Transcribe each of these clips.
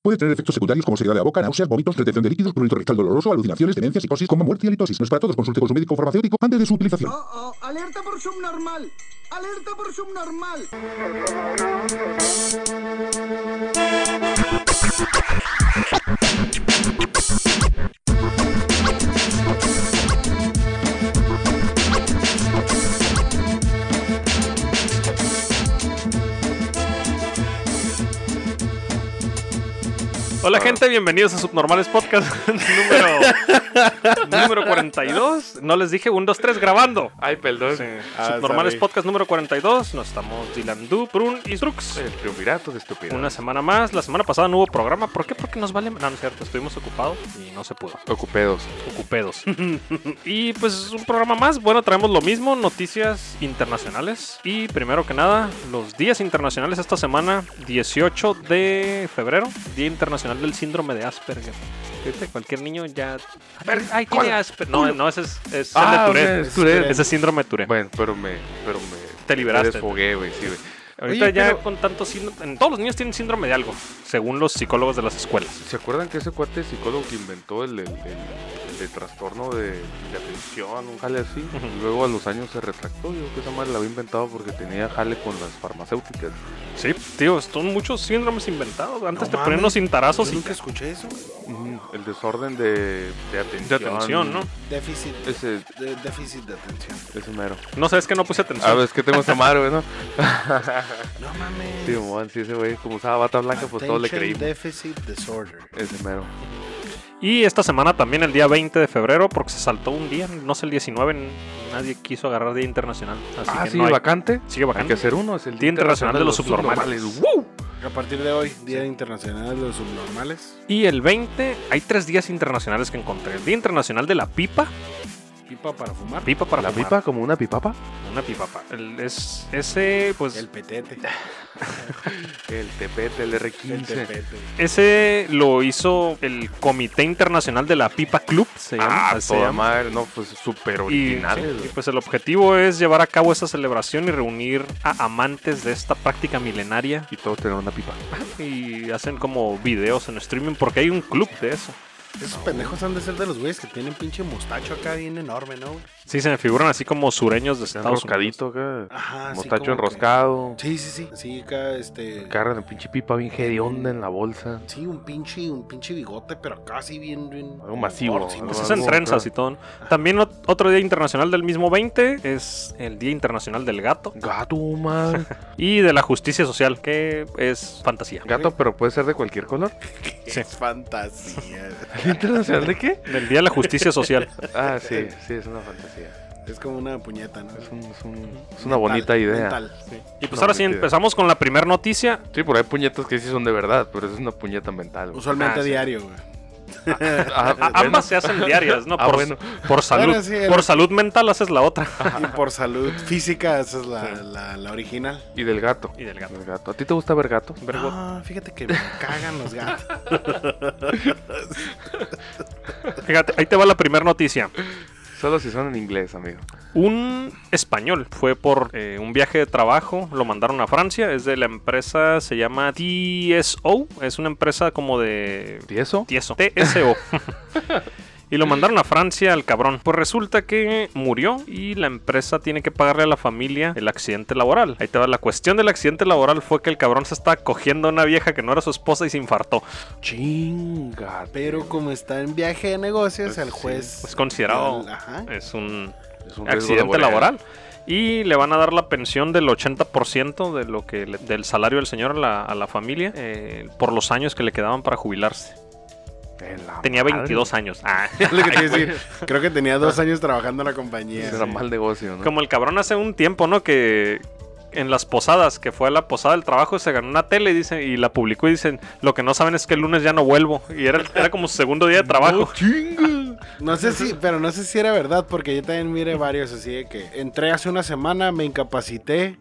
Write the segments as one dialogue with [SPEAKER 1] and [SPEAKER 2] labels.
[SPEAKER 1] Puede tener efectos secundarios como sequedad de la boca, náuseas, vómitos, retención de líquidos, prurito rectal doloroso, alucinaciones, demencia, psicosis, coma, muerte y halitosis. No es para todos. Consulte con su médico farmacéutico antes de su utilización.
[SPEAKER 2] Oh, oh, alerta por subnormal. Alerta por subnormal.
[SPEAKER 3] Hola gente, bienvenidos a Subnormales Podcast número, número 42. No les dije 1, 2, 3 grabando.
[SPEAKER 4] Ay, perdón.
[SPEAKER 3] Sí.
[SPEAKER 4] Ah,
[SPEAKER 3] Subnormales
[SPEAKER 4] sorry.
[SPEAKER 3] Podcast número 42. Nos estamos Dylan Du, Prun y Strux.
[SPEAKER 4] El triunvirato de estupidez.
[SPEAKER 3] Una semana más. La semana pasada no hubo programa. ¿Por qué? Porque nos vale. No, no es cierto. Estuvimos ocupados y no se pudo.
[SPEAKER 4] Ocupedos.
[SPEAKER 3] Ocupedos. y pues es un programa más. Bueno, traemos lo mismo. Noticias internacionales. Y primero que nada, los días internacionales esta semana, 18 de febrero, Día Internacional del Síndrome de Asperger. Fíjate, Cualquier niño ya. Ay, tiene
[SPEAKER 4] ¿cuál?
[SPEAKER 3] Asperger. No, no, ese es, ese es
[SPEAKER 4] Ah,
[SPEAKER 3] el de Tourette.
[SPEAKER 4] ok, es Tourette.
[SPEAKER 3] Ese es síndrome de Tourette.
[SPEAKER 4] Bueno, pero me. Pero me
[SPEAKER 3] Te liberaste.
[SPEAKER 4] Me desfogué, güey. Sí, güey.
[SPEAKER 3] Ahorita
[SPEAKER 4] Oye,
[SPEAKER 3] ya
[SPEAKER 4] pero-
[SPEAKER 3] con tanto síndrome. Todos los niños tienen síndrome de algo, según los psicólogos de las escuelas.
[SPEAKER 4] ¿Se acuerdan que ese cuate psicólogo que inventó el, el, el- el de trastorno de, de atención, un jale así?
[SPEAKER 3] Ujú.
[SPEAKER 4] Y luego a los años se retractó. Yo creo que esa madre la había inventado porque tenía jale con las farmacéuticas.
[SPEAKER 3] Sí, tío, son muchos síndromes inventados. Antes
[SPEAKER 5] No
[SPEAKER 3] te ponían
[SPEAKER 5] mames,
[SPEAKER 3] unos cintarazos
[SPEAKER 5] Yo
[SPEAKER 3] y
[SPEAKER 5] nunca escuché eso.
[SPEAKER 4] El desorden de, de
[SPEAKER 3] de
[SPEAKER 4] atención.
[SPEAKER 3] atención, ¿no?
[SPEAKER 5] Déficit.
[SPEAKER 4] Ese,
[SPEAKER 5] de- déficit de atención.
[SPEAKER 4] ese mero.
[SPEAKER 3] No sabes que no puse atención.
[SPEAKER 4] A ver, es que tengo esta madre, güey, ¿no?
[SPEAKER 5] No mames.
[SPEAKER 4] Sí, man, sí, ese güey, como usaba bata blanca, pues todos le
[SPEAKER 5] Attention
[SPEAKER 4] creímos.
[SPEAKER 5] Deficit disorder.
[SPEAKER 4] Ese mero.
[SPEAKER 3] Y esta semana también el día 20 de febrero, porque se saltó un día, no sé, el 19, n- nadie quiso agarrar Día Internacional. Así
[SPEAKER 4] Ah,
[SPEAKER 3] que
[SPEAKER 4] sí,
[SPEAKER 3] no hay-
[SPEAKER 4] vacante.
[SPEAKER 3] Sigue
[SPEAKER 4] Hay
[SPEAKER 3] vacante.
[SPEAKER 4] que hacer uno, es el
[SPEAKER 3] Día Internacional de los Subnormales.
[SPEAKER 4] ¡Woo!
[SPEAKER 5] A partir de hoy, Día Internacional de los Subnormales.
[SPEAKER 3] Y el 20, hay tres días internacionales que encontré. El Día Internacional de la Pipa.
[SPEAKER 5] Pipa para fumar.
[SPEAKER 3] Pipa para
[SPEAKER 4] ¿La
[SPEAKER 3] fumar.
[SPEAKER 4] pipa? ¿Como una pipapa?
[SPEAKER 3] Una pipa. pa- el- es, ese, pues,
[SPEAKER 5] El petete.
[SPEAKER 4] El tepete, el
[SPEAKER 5] El
[SPEAKER 4] R15.
[SPEAKER 5] tepete.
[SPEAKER 3] ese lo hizo el Comité Internacional de la Pipa Club. Se llama.
[SPEAKER 4] Ah,
[SPEAKER 3] se
[SPEAKER 4] toda
[SPEAKER 3] llama.
[SPEAKER 4] madre. No, pues súper
[SPEAKER 3] Y,
[SPEAKER 4] originales.
[SPEAKER 3] sí, y, pues el objetivo es llevar a cabo esta celebración y reunir a amantes de esta práctica milenaria
[SPEAKER 4] Y todos tenían una pipa.
[SPEAKER 3] y hacen como videos en streaming porque hay un club de eso.
[SPEAKER 5] Esos pendejos han de ser de los güeyes que tienen pinche mostacho acá bien enorme, ¿no? güey?
[SPEAKER 3] Sí, se me figuran así como sureños de Estados Unidos.
[SPEAKER 4] Enroscadito acá.
[SPEAKER 5] Ajá, así
[SPEAKER 4] mostacho
[SPEAKER 5] como que-
[SPEAKER 4] enroscado.
[SPEAKER 5] Sí, sí, sí. Así acá, este.
[SPEAKER 4] Cargan el pinche pipa bien hedionda en la bolsa.
[SPEAKER 5] Sí, un pinche, un pinche bigote, pero casi bien, bien.
[SPEAKER 4] Algo masivo,
[SPEAKER 5] gordo, sí,
[SPEAKER 4] algo-
[SPEAKER 3] Pues
[SPEAKER 5] masivo.
[SPEAKER 3] hacen
[SPEAKER 4] Algo,
[SPEAKER 3] trenzas y
[SPEAKER 4] claro.
[SPEAKER 3] todo. ¿no? También ot- otro día internacional del mismo 20 es el Día Internacional del Gato
[SPEAKER 4] Gato, man.
[SPEAKER 3] y de la Justicia Social, que es fantasía.
[SPEAKER 4] Gato, pero puede ser de cualquier color.
[SPEAKER 5] Es fantasía.
[SPEAKER 4] ¿El internacional de qué?
[SPEAKER 3] Del Día de la Justicia Social.
[SPEAKER 4] Ah, sí, sí, es una fantasía.
[SPEAKER 5] es como una puñeta, ¿no?
[SPEAKER 4] Es, un- es un- es una bonita idea.
[SPEAKER 3] Y pues
[SPEAKER 4] No, Eh,
[SPEAKER 3] ahora sí
[SPEAKER 4] mentira.
[SPEAKER 3] empezamos con la primera noticia.
[SPEAKER 4] Sí, por ahí hay puñetas que sí son de verdad, pero eso es una puñeta mental. güey.
[SPEAKER 5] Usualmente
[SPEAKER 3] Ah, sí.
[SPEAKER 5] diario, güey.
[SPEAKER 4] Ah,
[SPEAKER 3] A-
[SPEAKER 4] bueno.
[SPEAKER 3] ambas se hacen diarias, ¿no?
[SPEAKER 4] Ah,
[SPEAKER 3] Por,
[SPEAKER 4] bueno.
[SPEAKER 3] por salud.
[SPEAKER 5] Ahora sí, el-
[SPEAKER 3] Por salud mental haces la otra.
[SPEAKER 5] Y por salud física, esa es la, la- la original.
[SPEAKER 4] Y del gato.
[SPEAKER 3] Y del gato.
[SPEAKER 4] Del gato. ¿A ti te gusta ver gatos?
[SPEAKER 3] Vergo-
[SPEAKER 5] No, fíjate que me cagan los gatos.
[SPEAKER 3] Fíjate, ahí te va la primera noticia.
[SPEAKER 4] Solo si son en inglés, amigo.
[SPEAKER 3] Un español fue por eh, un viaje de trabajo, lo mandaron a Francia, es de la empresa, se llama TSO, es una empresa como de
[SPEAKER 4] ¿Y eso?
[SPEAKER 3] tieso, TSO. Y lo mandaron a Francia al cabrón. Pues resulta que murió y la empresa tiene que pagarle a la familia el accidente laboral. Ahí te va. La cuestión del accidente laboral fue que el cabrón se estaba cogiendo a una vieja que no era su esposa y se infartó.
[SPEAKER 4] Chinga.
[SPEAKER 5] Pero como está en viaje de negocios, el juez.
[SPEAKER 3] Es Pues considerado. Eh,
[SPEAKER 5] Ajá.
[SPEAKER 3] Es un
[SPEAKER 4] Es un riesgo
[SPEAKER 3] accidente laboral. Y le van a dar la pensión del 80% de lo que le- del salario del señor a la, a la familia eh, por los años que le quedaban para jubilarse.
[SPEAKER 4] En la
[SPEAKER 3] Tenía
[SPEAKER 4] madre.
[SPEAKER 3] 22 años. Ah.
[SPEAKER 5] Es lo que te iba a decir. Creo que tenía dos años trabajando en la compañía.
[SPEAKER 4] Era
[SPEAKER 5] sí.
[SPEAKER 4] mal negocio, ¿no?
[SPEAKER 3] Como el cabrón hace un tiempo, ¿no? Que en las posadas, que fue a la posada del trabajo, se ganó una tele y, dice, y la publicó y dicen, lo que no saben es que el lunes ya no vuelvo. Y era, era como su segundo día de trabajo.
[SPEAKER 5] Oh, No sé si, pero no sé si era verdad, porque yo también miré varios así de que entré hace una semana, me incapacité.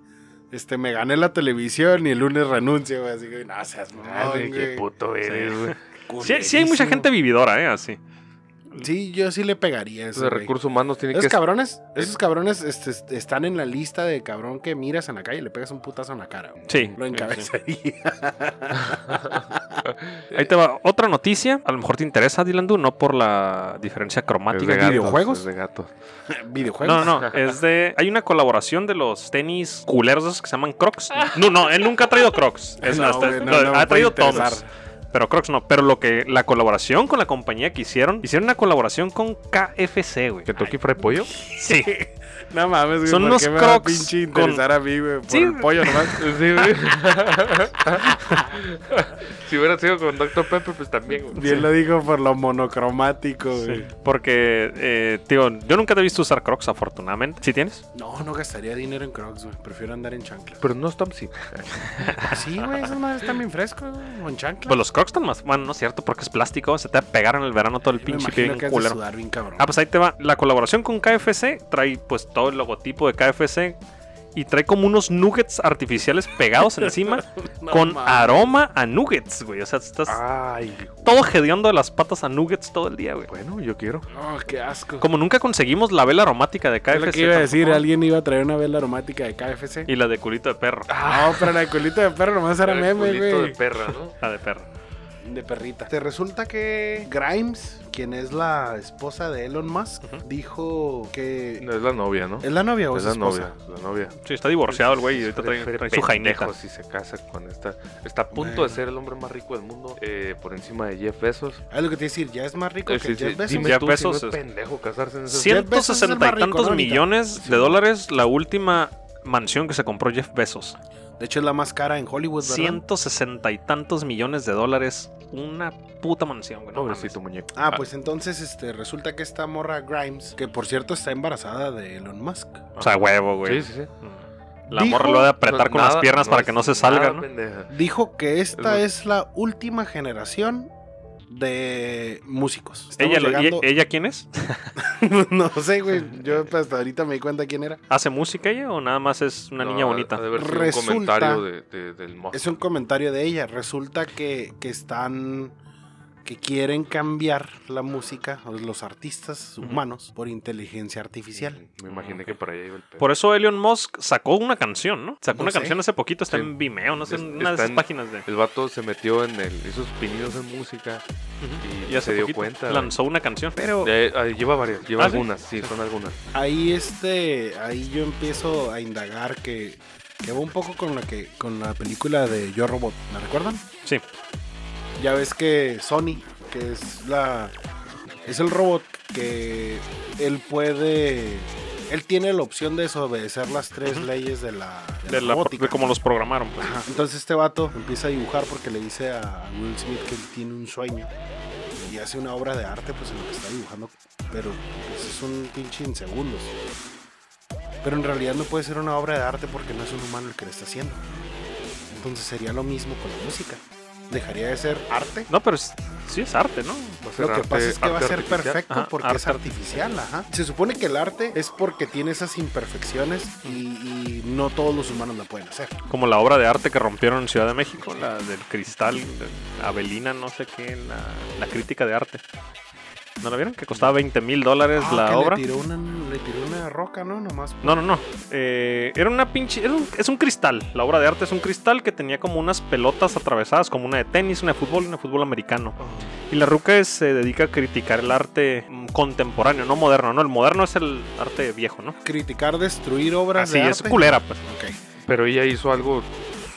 [SPEAKER 5] Este, me gané la televisión y el lunes renuncio, güey. Así que, no seas mamón,
[SPEAKER 4] Madre, Ah, qué
[SPEAKER 5] güey.
[SPEAKER 4] puto eres, güey.
[SPEAKER 3] Sí, sí hay mucha
[SPEAKER 5] Culerísimo.
[SPEAKER 3] gente vividora, ¿eh? Así.
[SPEAKER 5] Sí, yo sí le pegaría eso.
[SPEAKER 4] de recursos humanos tiene
[SPEAKER 5] Esos
[SPEAKER 4] que
[SPEAKER 5] cabrones, esos cabrones este, est- están en la lista de cabrón que miras en la calle y le pegas un putazo en la cara. güey.
[SPEAKER 3] Sí,
[SPEAKER 5] Lo
[SPEAKER 3] sí,
[SPEAKER 5] encabezaría.
[SPEAKER 3] Ahí te va otra noticia. A lo mejor te interesa, Dilandu, no por la diferencia
[SPEAKER 4] es
[SPEAKER 3] cromática.
[SPEAKER 4] de gatos,
[SPEAKER 5] videojuegos.
[SPEAKER 4] es de gatos.
[SPEAKER 5] Videojuegos.
[SPEAKER 3] No, no, es de. Hay una colaboración de los tenis culeros esos que se llaman Crocs. No, no, él nunca ha traído Crocs. Es-
[SPEAKER 5] No,
[SPEAKER 3] hasta-
[SPEAKER 5] güey, no,
[SPEAKER 3] no,
[SPEAKER 5] no me
[SPEAKER 3] ha
[SPEAKER 5] puede
[SPEAKER 3] traído
[SPEAKER 5] interesar.
[SPEAKER 3] Toms. Pero Crocs no. Pero lo que. La colaboración con la compañía que hicieron. Hicieron una colaboración con KFC, güey.
[SPEAKER 4] ¿Kentucky Fried Pollo?
[SPEAKER 3] Sí.
[SPEAKER 5] No mames, güey.
[SPEAKER 3] Son
[SPEAKER 5] ¿por
[SPEAKER 3] unos
[SPEAKER 5] qué me va a
[SPEAKER 3] crocs
[SPEAKER 5] pinche
[SPEAKER 3] con-
[SPEAKER 5] interesar a mí, güey. Por
[SPEAKER 3] Sí,
[SPEAKER 5] el pollo nomás.
[SPEAKER 4] Sí, güey. si hubiera sido con Dr. Pepper, pues también, güey.
[SPEAKER 5] Bien lo dijo por lo monocromático, güey.
[SPEAKER 3] Porque, eh, tío, yo nunca te he visto usar Crocs, afortunadamente. ¿Sí tienes?
[SPEAKER 5] No, no gastaría dinero en crocs, güey. Prefiero andar en chanclas. Pues
[SPEAKER 4] Pero no es Tomsi.
[SPEAKER 5] Sí, güey, esas madres están bien frescas, güey. O en chanclas.
[SPEAKER 3] Pues los Crocs están más. Bueno, no es cierto, porque es plástico. Se te va a pegar en el verano todo el
[SPEAKER 5] me
[SPEAKER 3] pinche pie
[SPEAKER 5] imagino que
[SPEAKER 3] bien
[SPEAKER 5] has de
[SPEAKER 3] culero.
[SPEAKER 5] sudar bien cabrón.
[SPEAKER 3] Ah, pues ahí te va. La colaboración con KFC trae pues todo el logotipo de KFC y trae como unos nuggets artificiales pegados encima pues con
[SPEAKER 5] mames. Ah.
[SPEAKER 3] aroma a nuggets, güey. O sea, estás
[SPEAKER 4] Ay,
[SPEAKER 3] todo hediondo de las patas a nuggets todo el día, güey.
[SPEAKER 4] bueno, yo quiero.
[SPEAKER 5] Oh, qué asco.
[SPEAKER 3] Como nunca conseguimos la vela aromática de KFC.
[SPEAKER 5] Es lo que iba a decir,
[SPEAKER 3] tampoco.
[SPEAKER 5] alguien iba a traer una vela aromática de KFC.
[SPEAKER 3] Y la de culito de perro.
[SPEAKER 5] No, Ah, pero la de culito de perro nomás era
[SPEAKER 4] El
[SPEAKER 5] meme,
[SPEAKER 4] culito
[SPEAKER 5] güey.
[SPEAKER 4] de perra, ¿no?
[SPEAKER 3] La de perro.
[SPEAKER 5] de perrita. Te resulta que Grimes, quien es la esposa de Elon Musk, dijo que
[SPEAKER 4] No, es la novia, ¿no?
[SPEAKER 5] es la novia o
[SPEAKER 4] Es
[SPEAKER 5] es
[SPEAKER 4] la
[SPEAKER 5] esposa.
[SPEAKER 4] novia, la novia.
[SPEAKER 3] Sí, está divorciado el güey y ahorita trae, trae su
[SPEAKER 4] Pendejo
[SPEAKER 3] jaineta.
[SPEAKER 4] Si se casa con esta. Está a punto
[SPEAKER 5] Bueno.
[SPEAKER 4] de ser el hombre más rico del mundo eh, por encima de Jeff Bezos.
[SPEAKER 5] Ah, lo que te iba a decir, ya es más rico
[SPEAKER 4] Eh,
[SPEAKER 5] que
[SPEAKER 4] sí, sí,
[SPEAKER 5] Jeff Bezos.
[SPEAKER 4] Dime
[SPEAKER 3] Jeff
[SPEAKER 4] tú
[SPEAKER 3] Bezos
[SPEAKER 4] si no
[SPEAKER 3] es-
[SPEAKER 4] es pendejo casarse en ese...
[SPEAKER 5] Sí. Jeff Bezos es el más
[SPEAKER 3] 160 y
[SPEAKER 5] rico,
[SPEAKER 3] tantos
[SPEAKER 5] ¿no? Ahorita.
[SPEAKER 3] millones de dólares la última mansión que se compró Jeff Bezos.
[SPEAKER 5] De hecho, es la más cara en Hollywood, pues, ¿verdad?
[SPEAKER 3] 160 y tantos millones de dólares. Una puta mansión, güey. no
[SPEAKER 4] Pobrecito muñeco.
[SPEAKER 5] Ah, pues entonces este, resulta que esta morra Grimes, que por cierto está embarazada de Elon Musk.
[SPEAKER 3] mames. O sea, huevo, güey. Mm.
[SPEAKER 4] Sí, sí, sí.
[SPEAKER 3] La
[SPEAKER 5] Dijo-
[SPEAKER 3] morra lo ha de apretar con las
[SPEAKER 4] Nada,
[SPEAKER 3] piernas para
[SPEAKER 4] es
[SPEAKER 3] que no se salga,
[SPEAKER 4] nada,
[SPEAKER 3] ¿no?
[SPEAKER 4] pendeja.
[SPEAKER 5] Dijo que esta
[SPEAKER 4] Elon-
[SPEAKER 5] es la última generación de músicos. Estamos
[SPEAKER 3] Ella, lo-
[SPEAKER 5] llegando-
[SPEAKER 4] e-
[SPEAKER 3] ¿y- ¿Ella quién es?
[SPEAKER 5] no sé, güey. Yo hasta ahorita me di cuenta quién era.
[SPEAKER 3] ¿Hace música ella o nada más es una
[SPEAKER 4] No, eh,
[SPEAKER 3] niña
[SPEAKER 4] ha-
[SPEAKER 3] bonita?
[SPEAKER 4] ha de haber sido un
[SPEAKER 5] Resulta-
[SPEAKER 4] comentario de, de- del Musk.
[SPEAKER 5] Es un comentario de ella. Resulta que, que están. que quieren cambiar la música, o los artistas humanos, por inteligencia artificial.
[SPEAKER 4] Me imaginé que para allá iba el pedo.
[SPEAKER 3] Por eso Elon Musk sacó una canción, ¿no? Sacó
[SPEAKER 5] No
[SPEAKER 3] una
[SPEAKER 5] sé.
[SPEAKER 3] canción hace poquito, está
[SPEAKER 4] Sí.
[SPEAKER 3] en Vimeo, no sé,
[SPEAKER 4] Es-
[SPEAKER 3] en una de
[SPEAKER 4] está
[SPEAKER 3] esas
[SPEAKER 4] en-
[SPEAKER 3] páginas de...
[SPEAKER 4] El vato se metió en el, esos pininos en música y,
[SPEAKER 3] Y hace
[SPEAKER 4] se dio
[SPEAKER 3] poquito
[SPEAKER 4] cuenta. güey.
[SPEAKER 3] lanzó una canción.
[SPEAKER 5] Oh.
[SPEAKER 3] Pero...
[SPEAKER 4] Eh, eh, lleva varias, lleva
[SPEAKER 3] ¿Ah, sí?
[SPEAKER 4] algunas, sí, son algunas.
[SPEAKER 5] Ahí este. Ahí yo empiezo a indagar que. que va un poco con la que. con la película de Yo Robot. ¿La recuerdan?
[SPEAKER 3] Sí.
[SPEAKER 5] Ya ves que Sony, que es la. Es el robot que él puede. Él tiene la opción de desobedecer las tres
[SPEAKER 3] Ujú.
[SPEAKER 5] leyes de la, de la
[SPEAKER 3] De, la-
[SPEAKER 5] robótica.
[SPEAKER 3] de cómo los programaron. pues.
[SPEAKER 5] Ajá, Entonces este vato empieza a dibujar porque le dice a Will Smith que él tiene un sueño y hace una obra de arte pues en lo que está dibujando, pero pues, es un pinche en segundos. Pero en realidad no puede ser una obra de arte porque no es un humano el que le está haciendo. Entonces sería lo mismo con la música. Dejaría de ser arte.
[SPEAKER 3] No, pero es- sí es arte, ¿no?
[SPEAKER 4] Va a ser
[SPEAKER 5] Lo que
[SPEAKER 4] arte-
[SPEAKER 5] pasa es que va a
[SPEAKER 4] arte
[SPEAKER 5] ser
[SPEAKER 4] artificial.
[SPEAKER 5] perfecto
[SPEAKER 3] Ajá,
[SPEAKER 5] porque
[SPEAKER 3] arte
[SPEAKER 5] es artificial, ajá. Se supone que el arte es porque tiene esas imperfecciones y, y no todos los humanos la pueden hacer.
[SPEAKER 3] Como la obra de arte que rompieron en Ciudad de México, la del cristal, de Avelina, no sé qué, la, la crítica de arte. ¿No la vieron? Que costaba 20 mil dólares
[SPEAKER 5] Ah, que
[SPEAKER 3] la obra.
[SPEAKER 5] Le tiró, una, le tiró una roca, ¿no? Nomás.
[SPEAKER 3] No, no, no. Eh, era una pinche. era un- es un cristal. La obra de arte es un cristal que tenía como unas pelotas atravesadas, como una de tenis, una de fútbol y una de fútbol americano.
[SPEAKER 5] Oh.
[SPEAKER 3] Y la ruca es- se dedica a criticar el arte mm, contemporáneo, no moderno, ¿no? El moderno es el arte viejo, ¿no?
[SPEAKER 5] Criticar, destruir obras
[SPEAKER 3] Así
[SPEAKER 5] de
[SPEAKER 3] es,
[SPEAKER 5] arte.
[SPEAKER 3] culera, pues.
[SPEAKER 5] Ok.
[SPEAKER 4] Pero ella hizo algo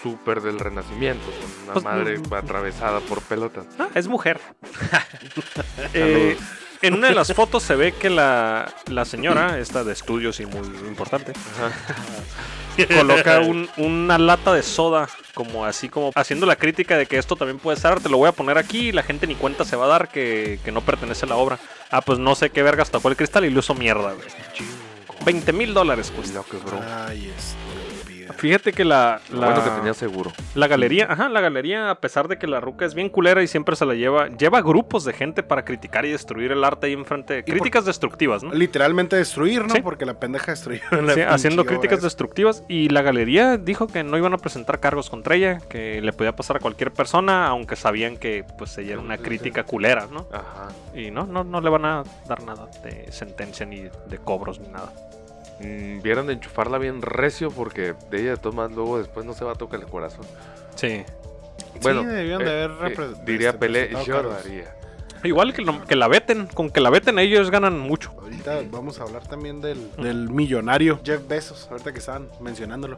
[SPEAKER 4] súper del renacimiento, con una
[SPEAKER 3] Pues,
[SPEAKER 4] madre
[SPEAKER 3] mm, mm.
[SPEAKER 4] atravesada por pelotas.
[SPEAKER 3] Ah, es mujer. Eh, en una de las fotos se ve que la, la señora, esta de estudios y muy importante, coloca un- una lata de soda, como así como haciendo la crítica de que esto también puede ser arte, lo voy a poner aquí y la gente ni cuenta se va a dar que, que no pertenece a la obra. Ah, pues no sé qué vergas tocó el cristal y lo hizo mierda, güey. 20 mil dólares, pues.
[SPEAKER 5] Ah,
[SPEAKER 4] Lo quebró.
[SPEAKER 5] Ay, estúpido. yeah.
[SPEAKER 3] Fíjate que la,
[SPEAKER 4] Lo
[SPEAKER 3] la,
[SPEAKER 4] bueno que tenía seguro.
[SPEAKER 3] la galería, ajá, la galería, a pesar de que la ruca es bien culera y siempre se la lleva, lleva grupos de gente para criticar y destruir el arte ahí enfrente.
[SPEAKER 5] por-
[SPEAKER 3] Críticas destructivas, ¿no?
[SPEAKER 5] Literalmente destruir, ¿no?
[SPEAKER 3] Sí.
[SPEAKER 5] Porque la pendeja destruyó la
[SPEAKER 3] Sí,
[SPEAKER 5] pinche
[SPEAKER 3] haciendo
[SPEAKER 5] obra
[SPEAKER 3] críticas
[SPEAKER 5] esa.
[SPEAKER 3] destructivas y la galería dijo que no iban a presentar cargos contra ella, que le podía pasar a cualquier persona, aunque sabían que pues ella era una crítica culera, ¿no?
[SPEAKER 4] Ajá.
[SPEAKER 3] Y no, no, no le van a dar nada de sentencia ni de cobros ni nada.
[SPEAKER 4] Mm, Vieron de enchufarla bien recio porque de ella de todas maneras, luego después no se va a tocar el corazón.
[SPEAKER 3] Sí.
[SPEAKER 4] Bueno, eh,
[SPEAKER 5] debieron de haber repre-
[SPEAKER 4] diría
[SPEAKER 5] este,
[SPEAKER 4] Pelé,
[SPEAKER 5] presentado
[SPEAKER 4] yo lo
[SPEAKER 5] cargos.
[SPEAKER 4] haría.
[SPEAKER 3] Igual que, lo- que la veten, con que la veten ellos ganan mucho.
[SPEAKER 5] Ahorita vamos a hablar también del, del millonario Jeff Bezos, ahorita que estaban mencionándolo.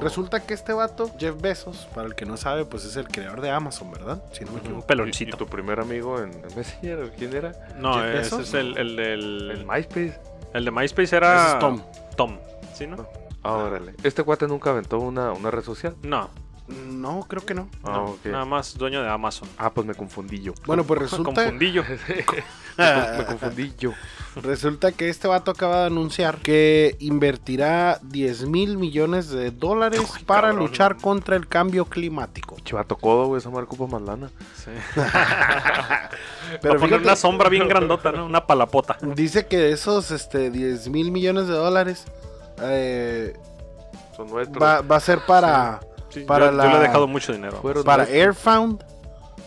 [SPEAKER 5] Resulta que este vato, Jeff Bezos, para el que no sabe, pues es el creador de Amazon, ¿verdad? Si no
[SPEAKER 3] Un
[SPEAKER 5] me equivoco.
[SPEAKER 4] ¿Y
[SPEAKER 3] peloncito.
[SPEAKER 4] tu primer amigo en en Messenger? ¿Quién era?
[SPEAKER 3] No, ese
[SPEAKER 5] Jeff Bezos?
[SPEAKER 3] es el, el
[SPEAKER 4] ¿El
[SPEAKER 3] del.
[SPEAKER 4] MySpace?
[SPEAKER 3] El de MySpace
[SPEAKER 5] Ese
[SPEAKER 3] era.
[SPEAKER 5] es Tom.
[SPEAKER 3] Tom. ¿Sí, no?
[SPEAKER 4] Ah, órale. ¿Este cuate nunca aventó una, una red social?
[SPEAKER 3] No,
[SPEAKER 5] No, creo que no.
[SPEAKER 4] Ah,
[SPEAKER 3] no,
[SPEAKER 4] ok.
[SPEAKER 3] nada más dueño de Amazon.
[SPEAKER 4] Ah, pues me confundí yo. Pues
[SPEAKER 5] Bueno, pues resulta,
[SPEAKER 3] Confundillo.
[SPEAKER 4] me confundí yo.
[SPEAKER 5] resulta que este vato acaba de anunciar que invertirá 10 mil millones de dólares para
[SPEAKER 3] cabrón.
[SPEAKER 5] luchar contra el cambio climático.
[SPEAKER 4] Chivato codo, güey, esa marca ocupa más lana.
[SPEAKER 3] Sí.
[SPEAKER 5] Pero
[SPEAKER 3] Eh, Para poner
[SPEAKER 5] fíjate-
[SPEAKER 3] una sombra bien grandota, ¿no? Una palapota.
[SPEAKER 5] Dice que de esos este, 10 mil millones de dólares eh,
[SPEAKER 4] Son nuestros.
[SPEAKER 5] va, va a ser para,
[SPEAKER 3] Sí,
[SPEAKER 5] para
[SPEAKER 3] yo,
[SPEAKER 5] la,
[SPEAKER 3] yo le he dejado mucho dinero.
[SPEAKER 4] Fueron
[SPEAKER 5] para
[SPEAKER 4] nuestros.
[SPEAKER 5] Airfound,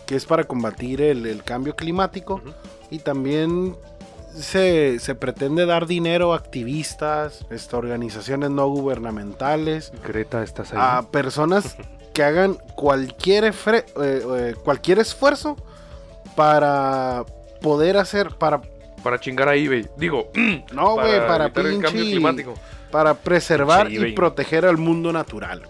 [SPEAKER 5] que es para combatir el, el cambio climático.
[SPEAKER 3] Ujú.
[SPEAKER 5] Y también se, se pretende dar dinero a activistas, este, organizaciones no gubernamentales,
[SPEAKER 4] Greta, estás ahí.
[SPEAKER 5] a personas que hagan cualquier, efre- eh, eh, cualquier esfuerzo para poder hacer, para,
[SPEAKER 4] Para chingar a eBay. Digo,
[SPEAKER 5] no, güey, para,
[SPEAKER 4] evitar el cambio
[SPEAKER 5] pinche-
[SPEAKER 4] climático.
[SPEAKER 5] para preservar
[SPEAKER 3] Pinche
[SPEAKER 5] y
[SPEAKER 3] eBay.
[SPEAKER 5] proteger al mundo natural.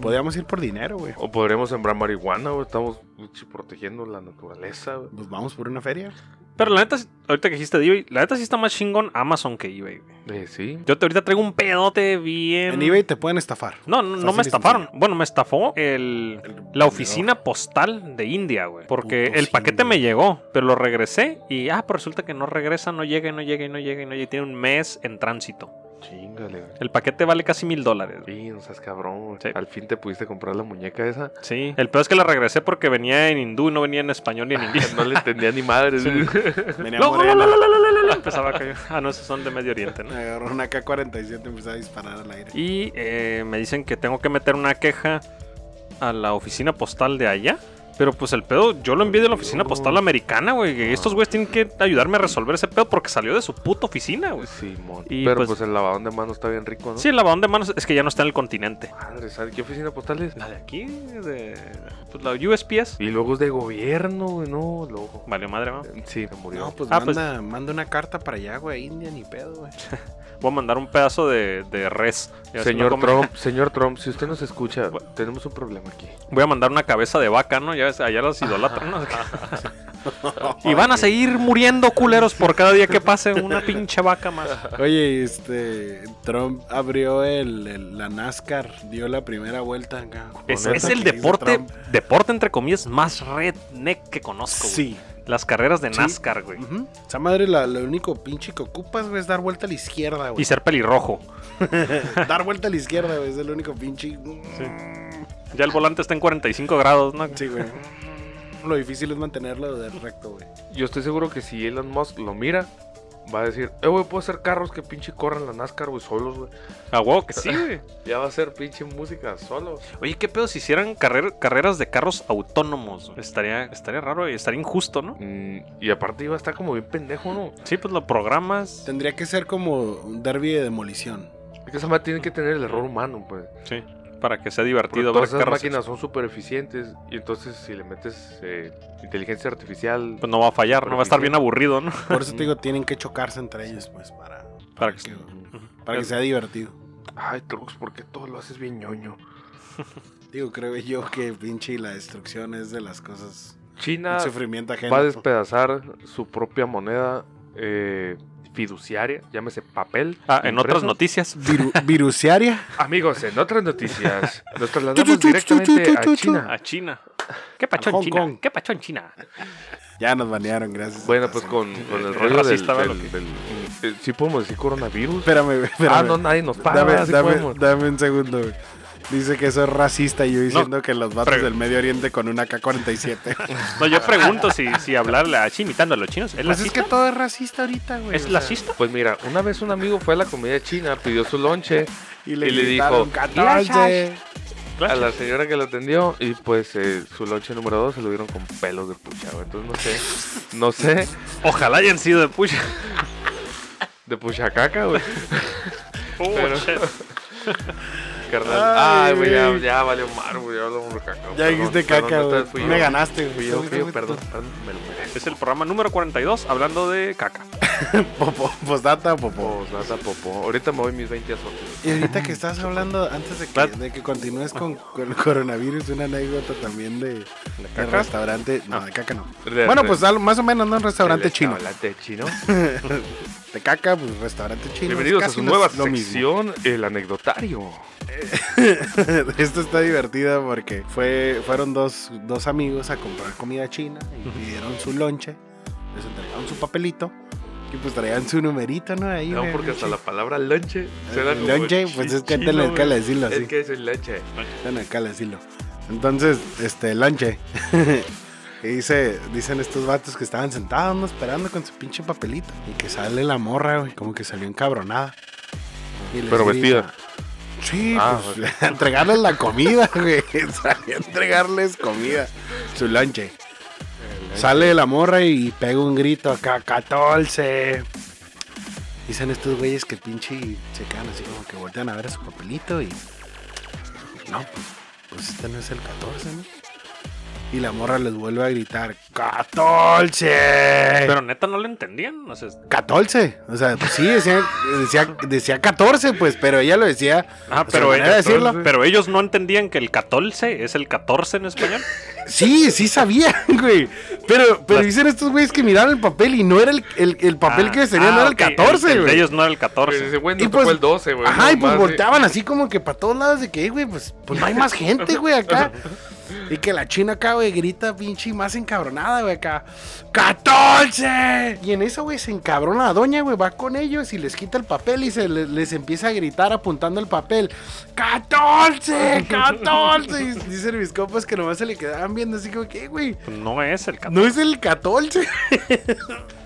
[SPEAKER 5] Podríamos ir por dinero, güey.
[SPEAKER 4] O podríamos sembrar marihuana, güey. Estamos uchi, protegiendo la naturaleza, güey.
[SPEAKER 5] Pues vamos por una feria.
[SPEAKER 3] Pero la neta, ahorita que dijiste de eBay, la neta sí está más chingón Amazon que eBay. güey.
[SPEAKER 4] Eh, sí.
[SPEAKER 3] Yo te, ahorita traigo un pedote bien.
[SPEAKER 5] En eBay te pueden estafar.
[SPEAKER 3] No, no, no
[SPEAKER 5] Fácil
[SPEAKER 3] me
[SPEAKER 5] y
[SPEAKER 3] estafaron.
[SPEAKER 5] sencillo.
[SPEAKER 3] Bueno, me estafó el, la
[SPEAKER 5] vendedor.
[SPEAKER 3] oficina postal de India, güey. Porque
[SPEAKER 5] Putos
[SPEAKER 3] el paquete
[SPEAKER 5] indios.
[SPEAKER 3] me llegó, pero lo regresé y, ah, pues resulta que no regresa, no llega, y no llega, y no llega, y no llega. y Tiene un mes en tránsito.
[SPEAKER 4] Chingale, güey.
[SPEAKER 3] El paquete vale casi mil dólares. güey.
[SPEAKER 4] Sí, no seas cabrón, güey.
[SPEAKER 3] Sí.
[SPEAKER 4] Al fin te pudiste comprar la muñeca esa.
[SPEAKER 3] Sí. El peor es que la regresé porque venía en hindú, no venía en español ni en inglés.
[SPEAKER 4] No le entendía ni madre.
[SPEAKER 3] Sí.
[SPEAKER 4] güey.
[SPEAKER 5] Venía
[SPEAKER 3] No,
[SPEAKER 5] morena.
[SPEAKER 3] la, la, la, la, la, la, la. Empezaba a caer. Ah, no, esos son de Medio Oriente, ¿no?
[SPEAKER 5] Agarró una K-47 y empezó a disparar al aire.
[SPEAKER 3] Y eh, me dicen que tengo que meter una queja a la oficina postal de allá. Pero pues el pedo, yo lo envié de la oficina postal americana, güey. que Estos güeyes tienen que ayudarme a resolver ese pedo porque salió de su puta oficina, güey.
[SPEAKER 4] Simón.
[SPEAKER 3] Y
[SPEAKER 4] Pero
[SPEAKER 3] pues-
[SPEAKER 4] pues, el lavadón de manos está bien rico, ¿no?
[SPEAKER 3] Sí, el lavadón de manos es que ya no está en el continente.
[SPEAKER 4] Madre, ¿sabes qué oficina postal es?
[SPEAKER 3] La de aquí, de pues, la USPS.
[SPEAKER 4] Y luego es de gobierno, güey. No, loco.
[SPEAKER 3] Vale, madre, ¿no?
[SPEAKER 4] Sí, se murió.
[SPEAKER 5] No, pues,
[SPEAKER 3] Ah,
[SPEAKER 5] manda, manda una carta para allá, güey. India ni pedo, güey.
[SPEAKER 3] Voy a mandar un pedazo de, de res. Ya ves,
[SPEAKER 4] Señor
[SPEAKER 3] una come-
[SPEAKER 4] Trump, señor Trump, si usted nos escucha, tenemos un problema aquí.
[SPEAKER 3] Voy a mandar una cabeza de vaca, ¿no? Ya ves, allá los idolatran, ¿no? y van a seguir muriendo culeros por cada día que pase una pinche vaca más.
[SPEAKER 5] Oye, este. Trump abrió el, el- la NASCAR, dio la primera vuelta acá.
[SPEAKER 3] Es,
[SPEAKER 4] Con
[SPEAKER 3] es
[SPEAKER 4] eso
[SPEAKER 3] el
[SPEAKER 5] que hizo
[SPEAKER 3] deporte,
[SPEAKER 5] Trump.
[SPEAKER 3] deporte entre comillas, más redneck que conozco. güey.
[SPEAKER 5] Sí.
[SPEAKER 3] Las carreras de
[SPEAKER 5] Sí.
[SPEAKER 3] NASCAR, güey.
[SPEAKER 5] Ujú. Esa madre, la, lo único pinche que ocupas, güey, es dar vuelta a la izquierda, güey.
[SPEAKER 3] Y ser pelirrojo.
[SPEAKER 5] Dar vuelta a la izquierda, güey, es el único pinche.
[SPEAKER 3] Ya el volante está en 45 grados, ¿no?
[SPEAKER 5] Sí, güey. Lo difícil es mantenerlo de recto, güey.
[SPEAKER 4] Yo estoy seguro que si Elon Musk lo mira, va a decir, eh, güey, puedo hacer carros que pinche corran la NASCAR, güey, solos, güey.
[SPEAKER 3] A huevo que sí, güey.
[SPEAKER 4] Ya va a ser pinche música solo.
[SPEAKER 3] Oye, ¿qué pedo si hicieran carrer- carreras de carros autónomos? güey? Estaría, estaría raro y estaría injusto, ¿no?
[SPEAKER 4] Mm, y aparte iba a estar como bien pendejo, ¿no?
[SPEAKER 3] Sí, pues lo programas.
[SPEAKER 5] Tendría que ser como un derby de demolición.
[SPEAKER 4] Es que esa madre tiene que tener el error humano, pues.
[SPEAKER 3] Sí. Para que sea
[SPEAKER 4] Porque
[SPEAKER 3] divertido ver
[SPEAKER 4] todas esas
[SPEAKER 3] carros.
[SPEAKER 4] máquinas son súper eficientes y entonces si le metes eh, inteligencia artificial...
[SPEAKER 3] Pues no va a fallar, no va a estar bien aburrido, ¿no?
[SPEAKER 5] Por eso te digo, tienen que chocarse entre ellos, pues, para,
[SPEAKER 3] Para que-
[SPEAKER 5] que, para que sea divertido.
[SPEAKER 4] Ay, Trux, ¿por qué todo lo haces bien ñoño?
[SPEAKER 5] Digo, creo yo que pinche la destrucción es de las cosas.
[SPEAKER 4] China
[SPEAKER 5] El sufrimiento ajeno.
[SPEAKER 4] va a despedazar su propia moneda eh, fiduciaria, llámese papel.
[SPEAKER 3] Ah, en otras
[SPEAKER 4] impreso.
[SPEAKER 3] noticias.
[SPEAKER 5] Viru- viruciaria.
[SPEAKER 4] Amigos, en otras noticias, nos trasladamos directamente a China.
[SPEAKER 3] A China. ¿Qué pacho
[SPEAKER 5] A
[SPEAKER 3] en
[SPEAKER 5] Hong
[SPEAKER 3] China?
[SPEAKER 5] Kong.
[SPEAKER 3] ¿Qué pacho en China?
[SPEAKER 5] Ya nos banearon, gracias.
[SPEAKER 4] Bueno, pues con, con el
[SPEAKER 3] Es
[SPEAKER 4] rollo del...
[SPEAKER 3] racista, ¿verdad,
[SPEAKER 4] del-
[SPEAKER 3] lo
[SPEAKER 4] del- eh, ¿Sí podemos decir coronavirus?
[SPEAKER 5] Espérame, güey, espérame.
[SPEAKER 4] ah, no, nadie nos para.
[SPEAKER 5] dame,
[SPEAKER 4] sí
[SPEAKER 5] dame-
[SPEAKER 4] podemos.
[SPEAKER 5] dame un segundo, güey. Dice que eso es racista y yo diciendo que los vatos
[SPEAKER 3] Pre-
[SPEAKER 5] del Medio Oriente con una K-47.
[SPEAKER 3] No, yo pregunto si, si hablarle así imitando a los chinos. ¿Es
[SPEAKER 5] pues es que
[SPEAKER 3] lacista?
[SPEAKER 5] todo es racista ahorita, güey.
[SPEAKER 3] ¿Es
[SPEAKER 5] o sea,
[SPEAKER 3] lacista?
[SPEAKER 4] Pues mira, una vez un amigo fue a la comida china, pidió su lonche
[SPEAKER 5] Y le,
[SPEAKER 4] Y le
[SPEAKER 5] gritaron,
[SPEAKER 4] dijo,
[SPEAKER 5] "14".
[SPEAKER 4] a la señora que lo atendió y pues eh, su lonche número 2 se lo dieron con pelos de pucha, güey. Entonces no sé, no sé,
[SPEAKER 3] Ojalá hayan sido de pucha.
[SPEAKER 4] de pucha caca, güey.
[SPEAKER 3] Oh,
[SPEAKER 4] Pero-
[SPEAKER 3] shit.
[SPEAKER 4] Carnal.
[SPEAKER 5] Ay,
[SPEAKER 4] Ay, güey, ya,
[SPEAKER 5] güey.
[SPEAKER 4] ya valió mar, güey. Ya hablamos de caca.
[SPEAKER 5] Ya dijiste caca, güey. Me ganaste, güey.
[SPEAKER 4] Fui yo,
[SPEAKER 5] Fui
[SPEAKER 4] fui yo,
[SPEAKER 5] yo,
[SPEAKER 4] perdón, perdón, me lo merezco.
[SPEAKER 3] Es el programa número 42 hablando de caca.
[SPEAKER 5] Popo, postdata, popo.
[SPEAKER 4] Popó, nata, popó. Ahorita me voy mis 20 azotes.
[SPEAKER 5] Y ahorita que estás hablando, antes de que,
[SPEAKER 3] Plat-
[SPEAKER 5] de que continúes con, con el coronavirus, una anécdota también de, de
[SPEAKER 4] caca?
[SPEAKER 5] restaurante. No, de caca no.
[SPEAKER 4] De-
[SPEAKER 5] bueno,
[SPEAKER 4] de-
[SPEAKER 5] pues al- más o menos, ¿no? Un restaurante
[SPEAKER 4] El
[SPEAKER 5] chino.
[SPEAKER 4] Restaurante chino.
[SPEAKER 5] De caca, pues restaurante chino.
[SPEAKER 4] Bienvenidos
[SPEAKER 5] es
[SPEAKER 4] a su
[SPEAKER 5] casi lo-
[SPEAKER 4] nueva
[SPEAKER 5] lo mismo.
[SPEAKER 4] sección, el anecdotario.
[SPEAKER 5] Esto está divertido porque fue, fueron dos, dos amigos a comprar comida china y pidieron su lonche, les entregaron su papelito y pues traían su numerito, ¿no? Ahí,
[SPEAKER 4] No,
[SPEAKER 5] güey,
[SPEAKER 4] porque hasta
[SPEAKER 5] chi-
[SPEAKER 4] la palabra lonche suena
[SPEAKER 5] el
[SPEAKER 4] como
[SPEAKER 5] lonche, pues es que
[SPEAKER 4] chino,
[SPEAKER 5] tenle
[SPEAKER 4] güey.
[SPEAKER 5] que decirlo así,
[SPEAKER 4] Es que es el lonche.
[SPEAKER 5] tenle que decirlo. Entonces, este, lonche. y dice, dicen estos vatos que estaban sentados, ¿no? esperando con su pinche papelito y que sale la morra, güey, como que salió encabronada. Y les
[SPEAKER 4] Pero
[SPEAKER 5] grita,
[SPEAKER 4] vestida.
[SPEAKER 5] Sí,
[SPEAKER 4] Ah,
[SPEAKER 5] pues, entregarles la comida, güey. Salió a entregarles comida. Su lonche. Sale la morra y pega un grito acá, 14. Dicen estos güeyes que pinche se quedan así como que voltean a ver a su papelito y. No, pues, pues este no es el 14, ¿no? Y la morra les vuelve a gritar, 14. Eh.
[SPEAKER 3] Pero neta no lo entendían. O sea,
[SPEAKER 5] 14. O sea, pues sí, decía, decía, decía 14, pues, pero ella lo decía.
[SPEAKER 3] ah,
[SPEAKER 5] o sea,
[SPEAKER 3] pero,
[SPEAKER 5] manera de
[SPEAKER 3] entonces-
[SPEAKER 5] decirlo.
[SPEAKER 3] pero ellos no entendían que el 14 es el 14 en español.
[SPEAKER 5] Sí, sí sabía, güey. Pero, pero
[SPEAKER 3] Las-
[SPEAKER 5] dicen estos güeyes que miraron el papel y no era el, el- el papel
[SPEAKER 3] Ah,
[SPEAKER 5] que sería, no
[SPEAKER 3] ah,
[SPEAKER 5] era
[SPEAKER 3] ok,
[SPEAKER 5] el 14,
[SPEAKER 3] el de
[SPEAKER 5] güey.
[SPEAKER 3] ellos no era el
[SPEAKER 4] Pues
[SPEAKER 3] 14.
[SPEAKER 4] ese güey
[SPEAKER 5] Y
[SPEAKER 4] no
[SPEAKER 5] pues-
[SPEAKER 4] tocó el 12, güey.
[SPEAKER 5] Ajá, y pues
[SPEAKER 4] nomás, eh.
[SPEAKER 5] volteaban así como que para todos lados de que, "Ey, güey, pues, pues no hay más gente, güey, acá. Y que la china acá, güey, grita pinche y más encabronada, güey, acá. ¡14! Y en eso, güey, se encabrona la doña, güey, va con ellos y les quita el papel y se le- les empieza a gritar apuntando el papel. ¡14! ¡14! Y dicen mis compas que nomás se le quedaban viendo así como que, "Ey, güey,
[SPEAKER 3] Pues No es el 14.
[SPEAKER 5] no es el 14.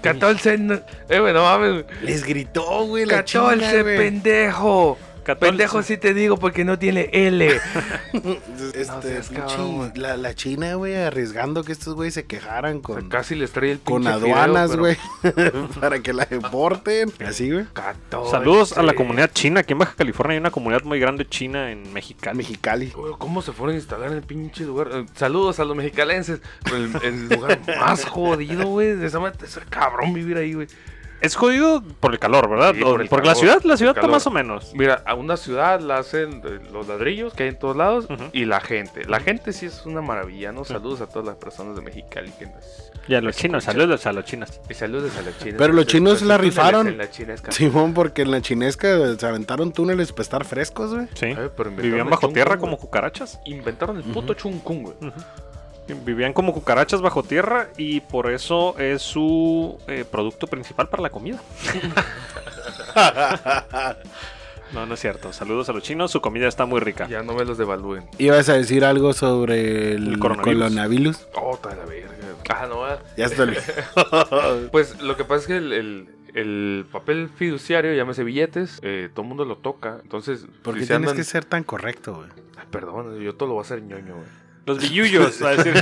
[SPEAKER 4] 14. no- Eh, güey, no mames.
[SPEAKER 5] Les gritó, güey, la
[SPEAKER 4] 14,
[SPEAKER 5] china, güey.
[SPEAKER 4] pendejo.
[SPEAKER 3] 14.
[SPEAKER 4] Pendejo si te digo porque no tiene L.
[SPEAKER 5] Este,
[SPEAKER 4] No seas
[SPEAKER 5] pinche,
[SPEAKER 4] cabrón, güey.
[SPEAKER 5] la, la China, güey, arriesgando que estos güeyes se quejaran
[SPEAKER 4] O sea,
[SPEAKER 5] con,
[SPEAKER 4] casi les trae el pinche
[SPEAKER 5] con
[SPEAKER 4] fideo,
[SPEAKER 5] aduanas,
[SPEAKER 4] pero-
[SPEAKER 5] güey, para que la deporten. Así, güey.
[SPEAKER 4] 14.
[SPEAKER 3] Saludos a la comunidad china. Aquí en Baja California hay una comunidad muy grande china en
[SPEAKER 5] Al
[SPEAKER 3] Mexicali.
[SPEAKER 5] Mexicali.
[SPEAKER 4] Güey, ¿Cómo se fueron a instalar en el pinche lugar? Eh, Saludos a los mexicalenses. El, el lugar más jodido, güey. De esa madre, es cabrón vivir ahí, güey.
[SPEAKER 3] Es jodido por el calor, ¿verdad?
[SPEAKER 4] Sí, por el
[SPEAKER 3] Porque la
[SPEAKER 4] calor,
[SPEAKER 3] ciudad,
[SPEAKER 4] por
[SPEAKER 3] la
[SPEAKER 4] el
[SPEAKER 3] ciudad está
[SPEAKER 4] calor.
[SPEAKER 3] más o menos.
[SPEAKER 4] Mira, a una ciudad la hacen eh, los ladrillos que hay en todos lados
[SPEAKER 3] Ujú.
[SPEAKER 4] y la gente. La gente sí es una maravilla, ¿no? Saludos a todas las personas de Mexicali que nos...
[SPEAKER 3] Y a los chinos, saludos a los chinos.
[SPEAKER 4] Y saludos a los chinos.
[SPEAKER 5] Pero los
[SPEAKER 4] Entonces,
[SPEAKER 5] chinos
[SPEAKER 4] pues,
[SPEAKER 5] la
[SPEAKER 4] túneles
[SPEAKER 5] rifaron.
[SPEAKER 4] en la China es ca-
[SPEAKER 5] Simón, porque en la chinesca se aventaron túneles para estar frescos, güey.
[SPEAKER 3] Sí.
[SPEAKER 4] Ay, pero inventaron
[SPEAKER 3] Vivían
[SPEAKER 4] el
[SPEAKER 3] bajo
[SPEAKER 4] chungo,
[SPEAKER 3] tierra
[SPEAKER 4] güey.
[SPEAKER 3] como cucarachas.
[SPEAKER 4] Inventaron el puto chuncún, güey.
[SPEAKER 3] Vivían como cucarachas bajo tierra y por eso es su eh, producto principal para la comida. no, no es cierto. Saludos a los chinos, su comida está muy rica.
[SPEAKER 4] Ya no me los devalúen.
[SPEAKER 5] Ibas a decir algo sobre el,
[SPEAKER 3] El coronavirus.
[SPEAKER 5] coronavirus.
[SPEAKER 4] Oh, está de la verga. Ah, no, ah.
[SPEAKER 5] Ya se te olvidó.
[SPEAKER 4] Pues lo que pasa es que el, el- el papel fiduciario, llámese billetes, eh, todo el mundo lo toca. Entonces,
[SPEAKER 5] ¿Por qué
[SPEAKER 4] si se
[SPEAKER 5] tienes
[SPEAKER 4] andan-
[SPEAKER 5] que ser tan correcto, güey?
[SPEAKER 4] Ay, Perdón, yo todo lo voy a hacer ñoño, güey.
[SPEAKER 3] Los billullos, a decir.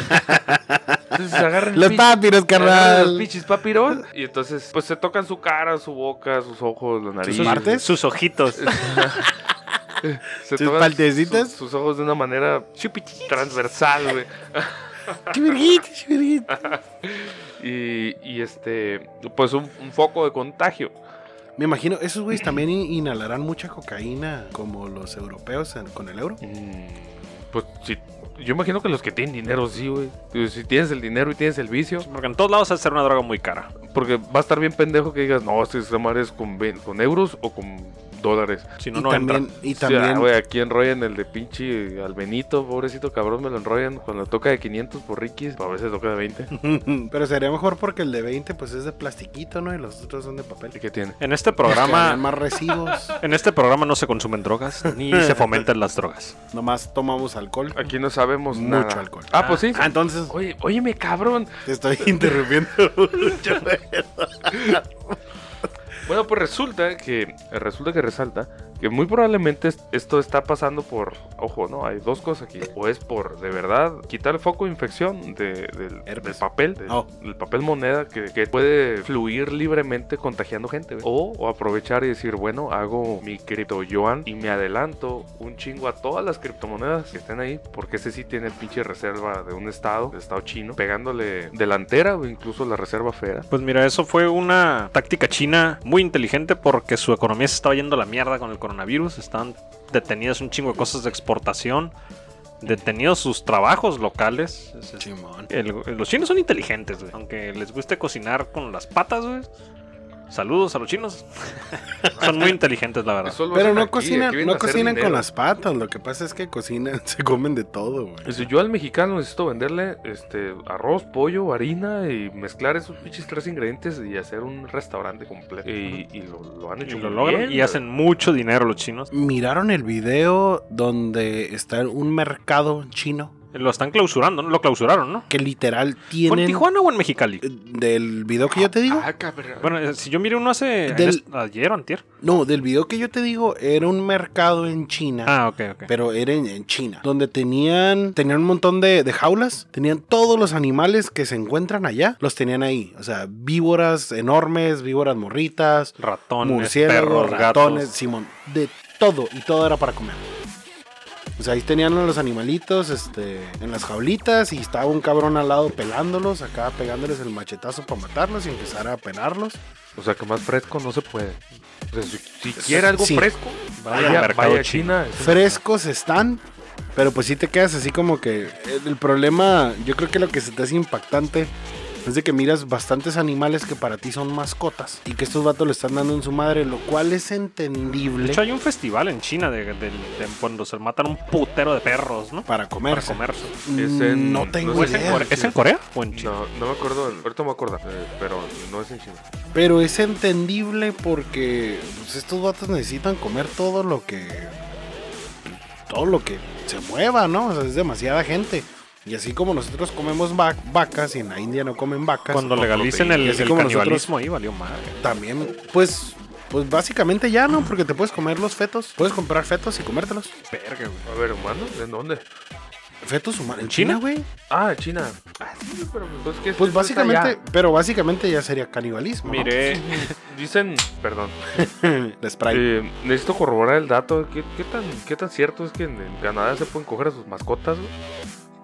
[SPEAKER 4] Entonces agarran el
[SPEAKER 5] Los
[SPEAKER 4] pinche-
[SPEAKER 5] papiros,
[SPEAKER 4] agarran Los
[SPEAKER 5] carnal.
[SPEAKER 4] pinches papirón. Y entonces, pues se tocan su cara, su boca, sus ojos, la nariz.
[SPEAKER 5] ¿Sus partes?
[SPEAKER 3] Sus ojitos.
[SPEAKER 4] Se
[SPEAKER 5] ¿Sus
[SPEAKER 4] tocan
[SPEAKER 5] paltecitas?
[SPEAKER 4] su- sus ojos de una manera transversal, güey.
[SPEAKER 5] ¡Qué virguita, qué virguita!
[SPEAKER 4] Y, y este, pues un, un foco de contagio.
[SPEAKER 5] Me imagino, esos güeyes también in- inhalarán mucha cocaína como los europeos en- con el euro.
[SPEAKER 4] Mm, Pues sí, yo imagino que los que tienen dinero, sí, güey. Pues, Si tienes el dinero y tienes el vicio,
[SPEAKER 3] Porque en todos lados es ser una droga muy cara.
[SPEAKER 4] porque va a estar bien pendejo que digas, no, si esta madre es con, ve- con euros o con dólares.
[SPEAKER 3] Si no,
[SPEAKER 5] Y
[SPEAKER 3] no
[SPEAKER 5] también,
[SPEAKER 3] entra.
[SPEAKER 5] y
[SPEAKER 4] O sea,
[SPEAKER 5] también
[SPEAKER 4] güey, aquí enrollan el de pinche al Benito, pobrecito cabrón, me lo enrollan. Cuando toca de 500 por Ricky, a veces toca de 20.
[SPEAKER 5] Pero sería mejor porque el de 20 pues es de plastiquito, ¿no? Y los otros son de
[SPEAKER 4] ¿Y
[SPEAKER 5] papel.
[SPEAKER 4] qué tiene?
[SPEAKER 3] En este
[SPEAKER 5] Programa.
[SPEAKER 3] programa.
[SPEAKER 5] más residuos.
[SPEAKER 3] En este programa no se consumen drogas ni se fomentan las drogas.
[SPEAKER 5] Nomás tomamos alcohol.
[SPEAKER 4] Aquí no sabemos
[SPEAKER 5] Mucho
[SPEAKER 4] nada.
[SPEAKER 5] alcohol.
[SPEAKER 4] Ah, pues sí.
[SPEAKER 5] Ah, entonces
[SPEAKER 4] Oye, óyeme, cabrón.
[SPEAKER 5] te estoy interrumpiendo mucho. güey.
[SPEAKER 4] Bueno, pues resulta que resulta que resalta que muy probablemente es- esto está pasando por, ojo, no, hay dos cosas aquí. O es por de verdad quitar el foco de infección de- del,
[SPEAKER 5] Herpes.
[SPEAKER 4] del papel, de-
[SPEAKER 5] Oh.
[SPEAKER 4] del papel moneda que, que puede fluir libremente contagiando gente. güey. O, o aprovechar y decir, bueno, hago mi cripto yuan y me adelanto un chingo a todas las criptomonedas que estén ahí, porque ese sí tiene pinche reserva de un estado, del estado chino, pegándole delantera o incluso la reserva federal.
[SPEAKER 3] Pues mira, eso fue una táctica china muy inteligente porque su economía se estaba yendo a la mierda con el coronavirus. Están detenidas un chingo de cosas de exportación, detenidos sus trabajos locales. Es- es-
[SPEAKER 5] Chimón.
[SPEAKER 3] el- los chinos son inteligentes, güey. Aunque les guste cocinar con las patas, güey. Saludos a los chinos. son muy inteligentes, la verdad.
[SPEAKER 4] Eso lo
[SPEAKER 5] Pero
[SPEAKER 4] hacen
[SPEAKER 5] no
[SPEAKER 4] aquí, aquí
[SPEAKER 5] cocinan,
[SPEAKER 4] vienen a
[SPEAKER 5] no
[SPEAKER 4] hacer
[SPEAKER 5] cocinan
[SPEAKER 4] dinero.
[SPEAKER 5] con las patas, lo que pasa es que cocinan, se comen de todo, güey.
[SPEAKER 4] Si Pues, yo al mexicano necesito venderle este arroz, pollo, harina y mezclar esos pinches tres ingredientes y hacer un restaurante completo. Y, y lo, lo han
[SPEAKER 3] Y
[SPEAKER 4] hecho
[SPEAKER 3] lo
[SPEAKER 4] muy
[SPEAKER 3] logran
[SPEAKER 4] bien,
[SPEAKER 3] y hacen mucho dinero los chinos.
[SPEAKER 5] ¿Miraron el video donde está un mercado chino?
[SPEAKER 3] Lo están clausurando, ¿no? Lo clausuraron, ¿no?
[SPEAKER 5] Que literal
[SPEAKER 3] ¿Fue en
[SPEAKER 5] tienen... eh,
[SPEAKER 3] Tijuana o en Mexicali?
[SPEAKER 5] Del video que yo te digo.
[SPEAKER 4] Ah, cabrón.
[SPEAKER 3] Bueno, eh, si yo miré uno hace
[SPEAKER 5] Del-
[SPEAKER 3] ayer- ayer o antier.
[SPEAKER 5] No, del video que yo te digo era un mercado en China.
[SPEAKER 3] Ah, ok, ok.
[SPEAKER 5] Pero era en, en China, donde tenían, tenían un montón de, de jaulas, tenían todos los animales que se encuentran allá, los tenían ahí. O sea, víboras enormes, víboras morritas,
[SPEAKER 3] Ratones,
[SPEAKER 5] murciélagos,
[SPEAKER 3] perros,
[SPEAKER 5] ratones,
[SPEAKER 3] gatos.
[SPEAKER 5] Simón, de todo, y todo era para comer. O sea, ahí tenían a los animalitos este, en las jaulitas y estaba un cabrón al lado pelándolos, acá pegándoles el machetazo para matarlos y empezar a penarlos.
[SPEAKER 4] O sea que más fresco no se puede. O sea, si, si quiere algo
[SPEAKER 5] Sí.
[SPEAKER 4] fresco,
[SPEAKER 3] al
[SPEAKER 4] vaya,
[SPEAKER 3] mercado
[SPEAKER 4] vaya a
[SPEAKER 3] chino.
[SPEAKER 4] China.
[SPEAKER 5] frescos están, pero pues sí te quedas así como que eh, el- el problema, yo creo que lo que se te hace impactante es de que miras bastantes animales que para ti son mascotas y que estos vatos le están dando en su madre, lo cual es
[SPEAKER 3] De
[SPEAKER 5] entendible
[SPEAKER 3] hecho, hay un festival en China de, de- de cuando se matan un putero de perros, ¿no?
[SPEAKER 5] para
[SPEAKER 3] Para
[SPEAKER 5] comer.
[SPEAKER 3] comerse.
[SPEAKER 4] Es en-
[SPEAKER 5] no tengo
[SPEAKER 4] no
[SPEAKER 3] ¿Es en,
[SPEAKER 5] idea.
[SPEAKER 3] Core- es en Corea o en
[SPEAKER 5] pues
[SPEAKER 3] China?
[SPEAKER 4] No, no me acuerdo, ahorita me acuerdo, eh, pero no es en China.
[SPEAKER 5] Pero es entendible porque pues, estos vatos necesitan comer todo lo que. Todo lo que se mueva, ¿no? O sea, es demasiada gente. Y así como nosotros comemos va- vacas y en la India no comen vacas.
[SPEAKER 3] Cuando
[SPEAKER 4] con
[SPEAKER 3] legalicen el,
[SPEAKER 5] proteína. Así
[SPEAKER 3] el
[SPEAKER 5] como nosotros-
[SPEAKER 3] canibalismo ahí, valió madre.
[SPEAKER 5] También, pues, pues básicamente ya, ¿no? Porque te puedes comer los fetos. Puedes comprar fetos y comértelos.
[SPEAKER 3] Verga, güey.
[SPEAKER 4] A ver, humano, ¿en dónde?
[SPEAKER 5] Fetos humanos.
[SPEAKER 3] ¿En China?
[SPEAKER 5] güey?
[SPEAKER 4] Ah, China. Ah, sí, pero pues, ¿qué es
[SPEAKER 5] Pues
[SPEAKER 4] eso? Está
[SPEAKER 5] básicamente,
[SPEAKER 4] allá.
[SPEAKER 5] pero básicamente ya sería canibalismo. ¿no?
[SPEAKER 3] Miré,
[SPEAKER 4] Dicen, perdón.
[SPEAKER 5] De Sprite.
[SPEAKER 4] Eh, necesito corroborar el dato. ¿Qué, qué tan, ¿Qué tan cierto es que en, en Canadá se pueden coger a sus mascotas? güey?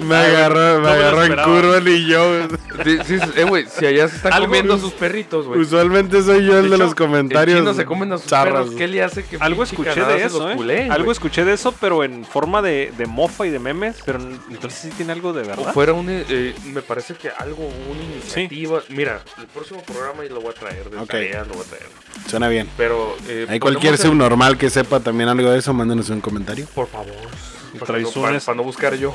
[SPEAKER 5] Me
[SPEAKER 3] agarró- me agarró en curva
[SPEAKER 5] el y yo.
[SPEAKER 4] Sí, sí, sí, eh, güey, si allá se están
[SPEAKER 5] Algo
[SPEAKER 4] comiendo a
[SPEAKER 5] us-
[SPEAKER 4] sus perritos, güey.
[SPEAKER 5] Usualmente soy yo el de
[SPEAKER 4] hecho,
[SPEAKER 5] los comentarios.
[SPEAKER 4] En China se comen a sus
[SPEAKER 5] charras.
[SPEAKER 4] perros. ¿Qué le hace que
[SPEAKER 3] algo
[SPEAKER 4] pinche
[SPEAKER 3] escuché
[SPEAKER 4] Canadá
[SPEAKER 3] de
[SPEAKER 4] se
[SPEAKER 3] eso,
[SPEAKER 4] los
[SPEAKER 3] ¿eh?
[SPEAKER 4] culeen,
[SPEAKER 3] algo
[SPEAKER 4] güey?
[SPEAKER 3] escuché de eso, pero en forma de, de mofa y de memes. Pero n- entonces sí tiene algo de
[SPEAKER 4] O
[SPEAKER 3] verdad.
[SPEAKER 5] pues
[SPEAKER 4] fuera un. eh, me parece que algo, una iniciativa. Mira, el próximo programa y lo voy a traer. De
[SPEAKER 5] Ok.
[SPEAKER 4] tarea lo voy a traer.
[SPEAKER 5] Suena bien.
[SPEAKER 4] Pero. eh,
[SPEAKER 5] Hay cualquier
[SPEAKER 4] ponemos el-
[SPEAKER 5] subnormal que sepa también algo de eso, mándenos un comentario.
[SPEAKER 4] Por favor. Para
[SPEAKER 3] traes
[SPEAKER 4] no,
[SPEAKER 3] un
[SPEAKER 4] para-
[SPEAKER 3] es-
[SPEAKER 4] para no buscar yo.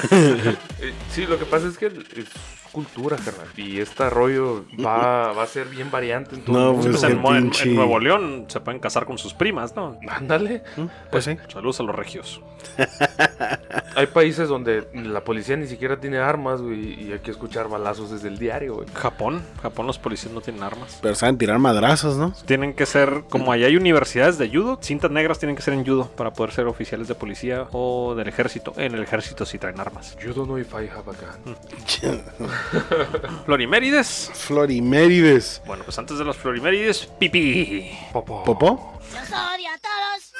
[SPEAKER 4] Eh, sí, lo que pasa es que es cultura, carnal. Y este rollo va, va a ser bien variante en todo
[SPEAKER 5] No,
[SPEAKER 4] el mundo.
[SPEAKER 5] pues,
[SPEAKER 3] Entonces, en,
[SPEAKER 5] qué
[SPEAKER 3] Mo- en- en
[SPEAKER 5] pinche-
[SPEAKER 3] Nuevo León se pueden casar con sus primas, ¿no?
[SPEAKER 4] Ándale.
[SPEAKER 3] Mm,
[SPEAKER 5] Pues sí.
[SPEAKER 3] Saludos a los regios.
[SPEAKER 4] Hay países donde la policía ni siquiera tiene armas, güey, y hay que escuchar balazos desde el diario, güey.
[SPEAKER 3] Japón, Japón los policías no tienen armas.
[SPEAKER 5] Pero saben tirar madrazos, ¿no?
[SPEAKER 3] Tienen que ser, como allá hay universidades de judo, cintas negras tienen que ser en judo para poder ser oficiales de policía o del ejército. En el ejército sí traen armas.
[SPEAKER 4] You don't know if I have a
[SPEAKER 3] Mm.
[SPEAKER 4] gun.
[SPEAKER 3] Florimérides.
[SPEAKER 5] Florimérides.
[SPEAKER 3] Bueno, pues antes de los florimérides, pipí.
[SPEAKER 4] Papá.
[SPEAKER 5] ¿Popó?
[SPEAKER 6] Yo soy a todos.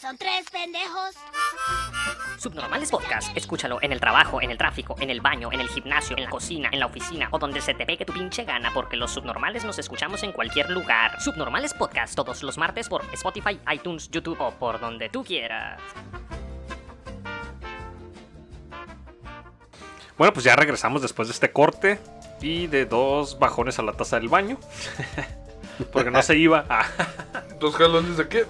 [SPEAKER 6] Son tres pendejos.
[SPEAKER 7] Subnormales Podcast. Escúchalo en el trabajo, en el tráfico, en el baño, en el gimnasio, en la cocina, en la oficina o donde se te pegue tu pinche gana, porque los subnormales nos escuchamos en cualquier lugar. Subnormales Podcast todos los martes por Spotify, iTunes, YouTube o por donde tú quieras.
[SPEAKER 3] Bueno, pues ya regresamos después de este corte. y de dos bajones a la taza del baño. Porque no se iba. Ah,
[SPEAKER 4] ¿Dos jalones de qué?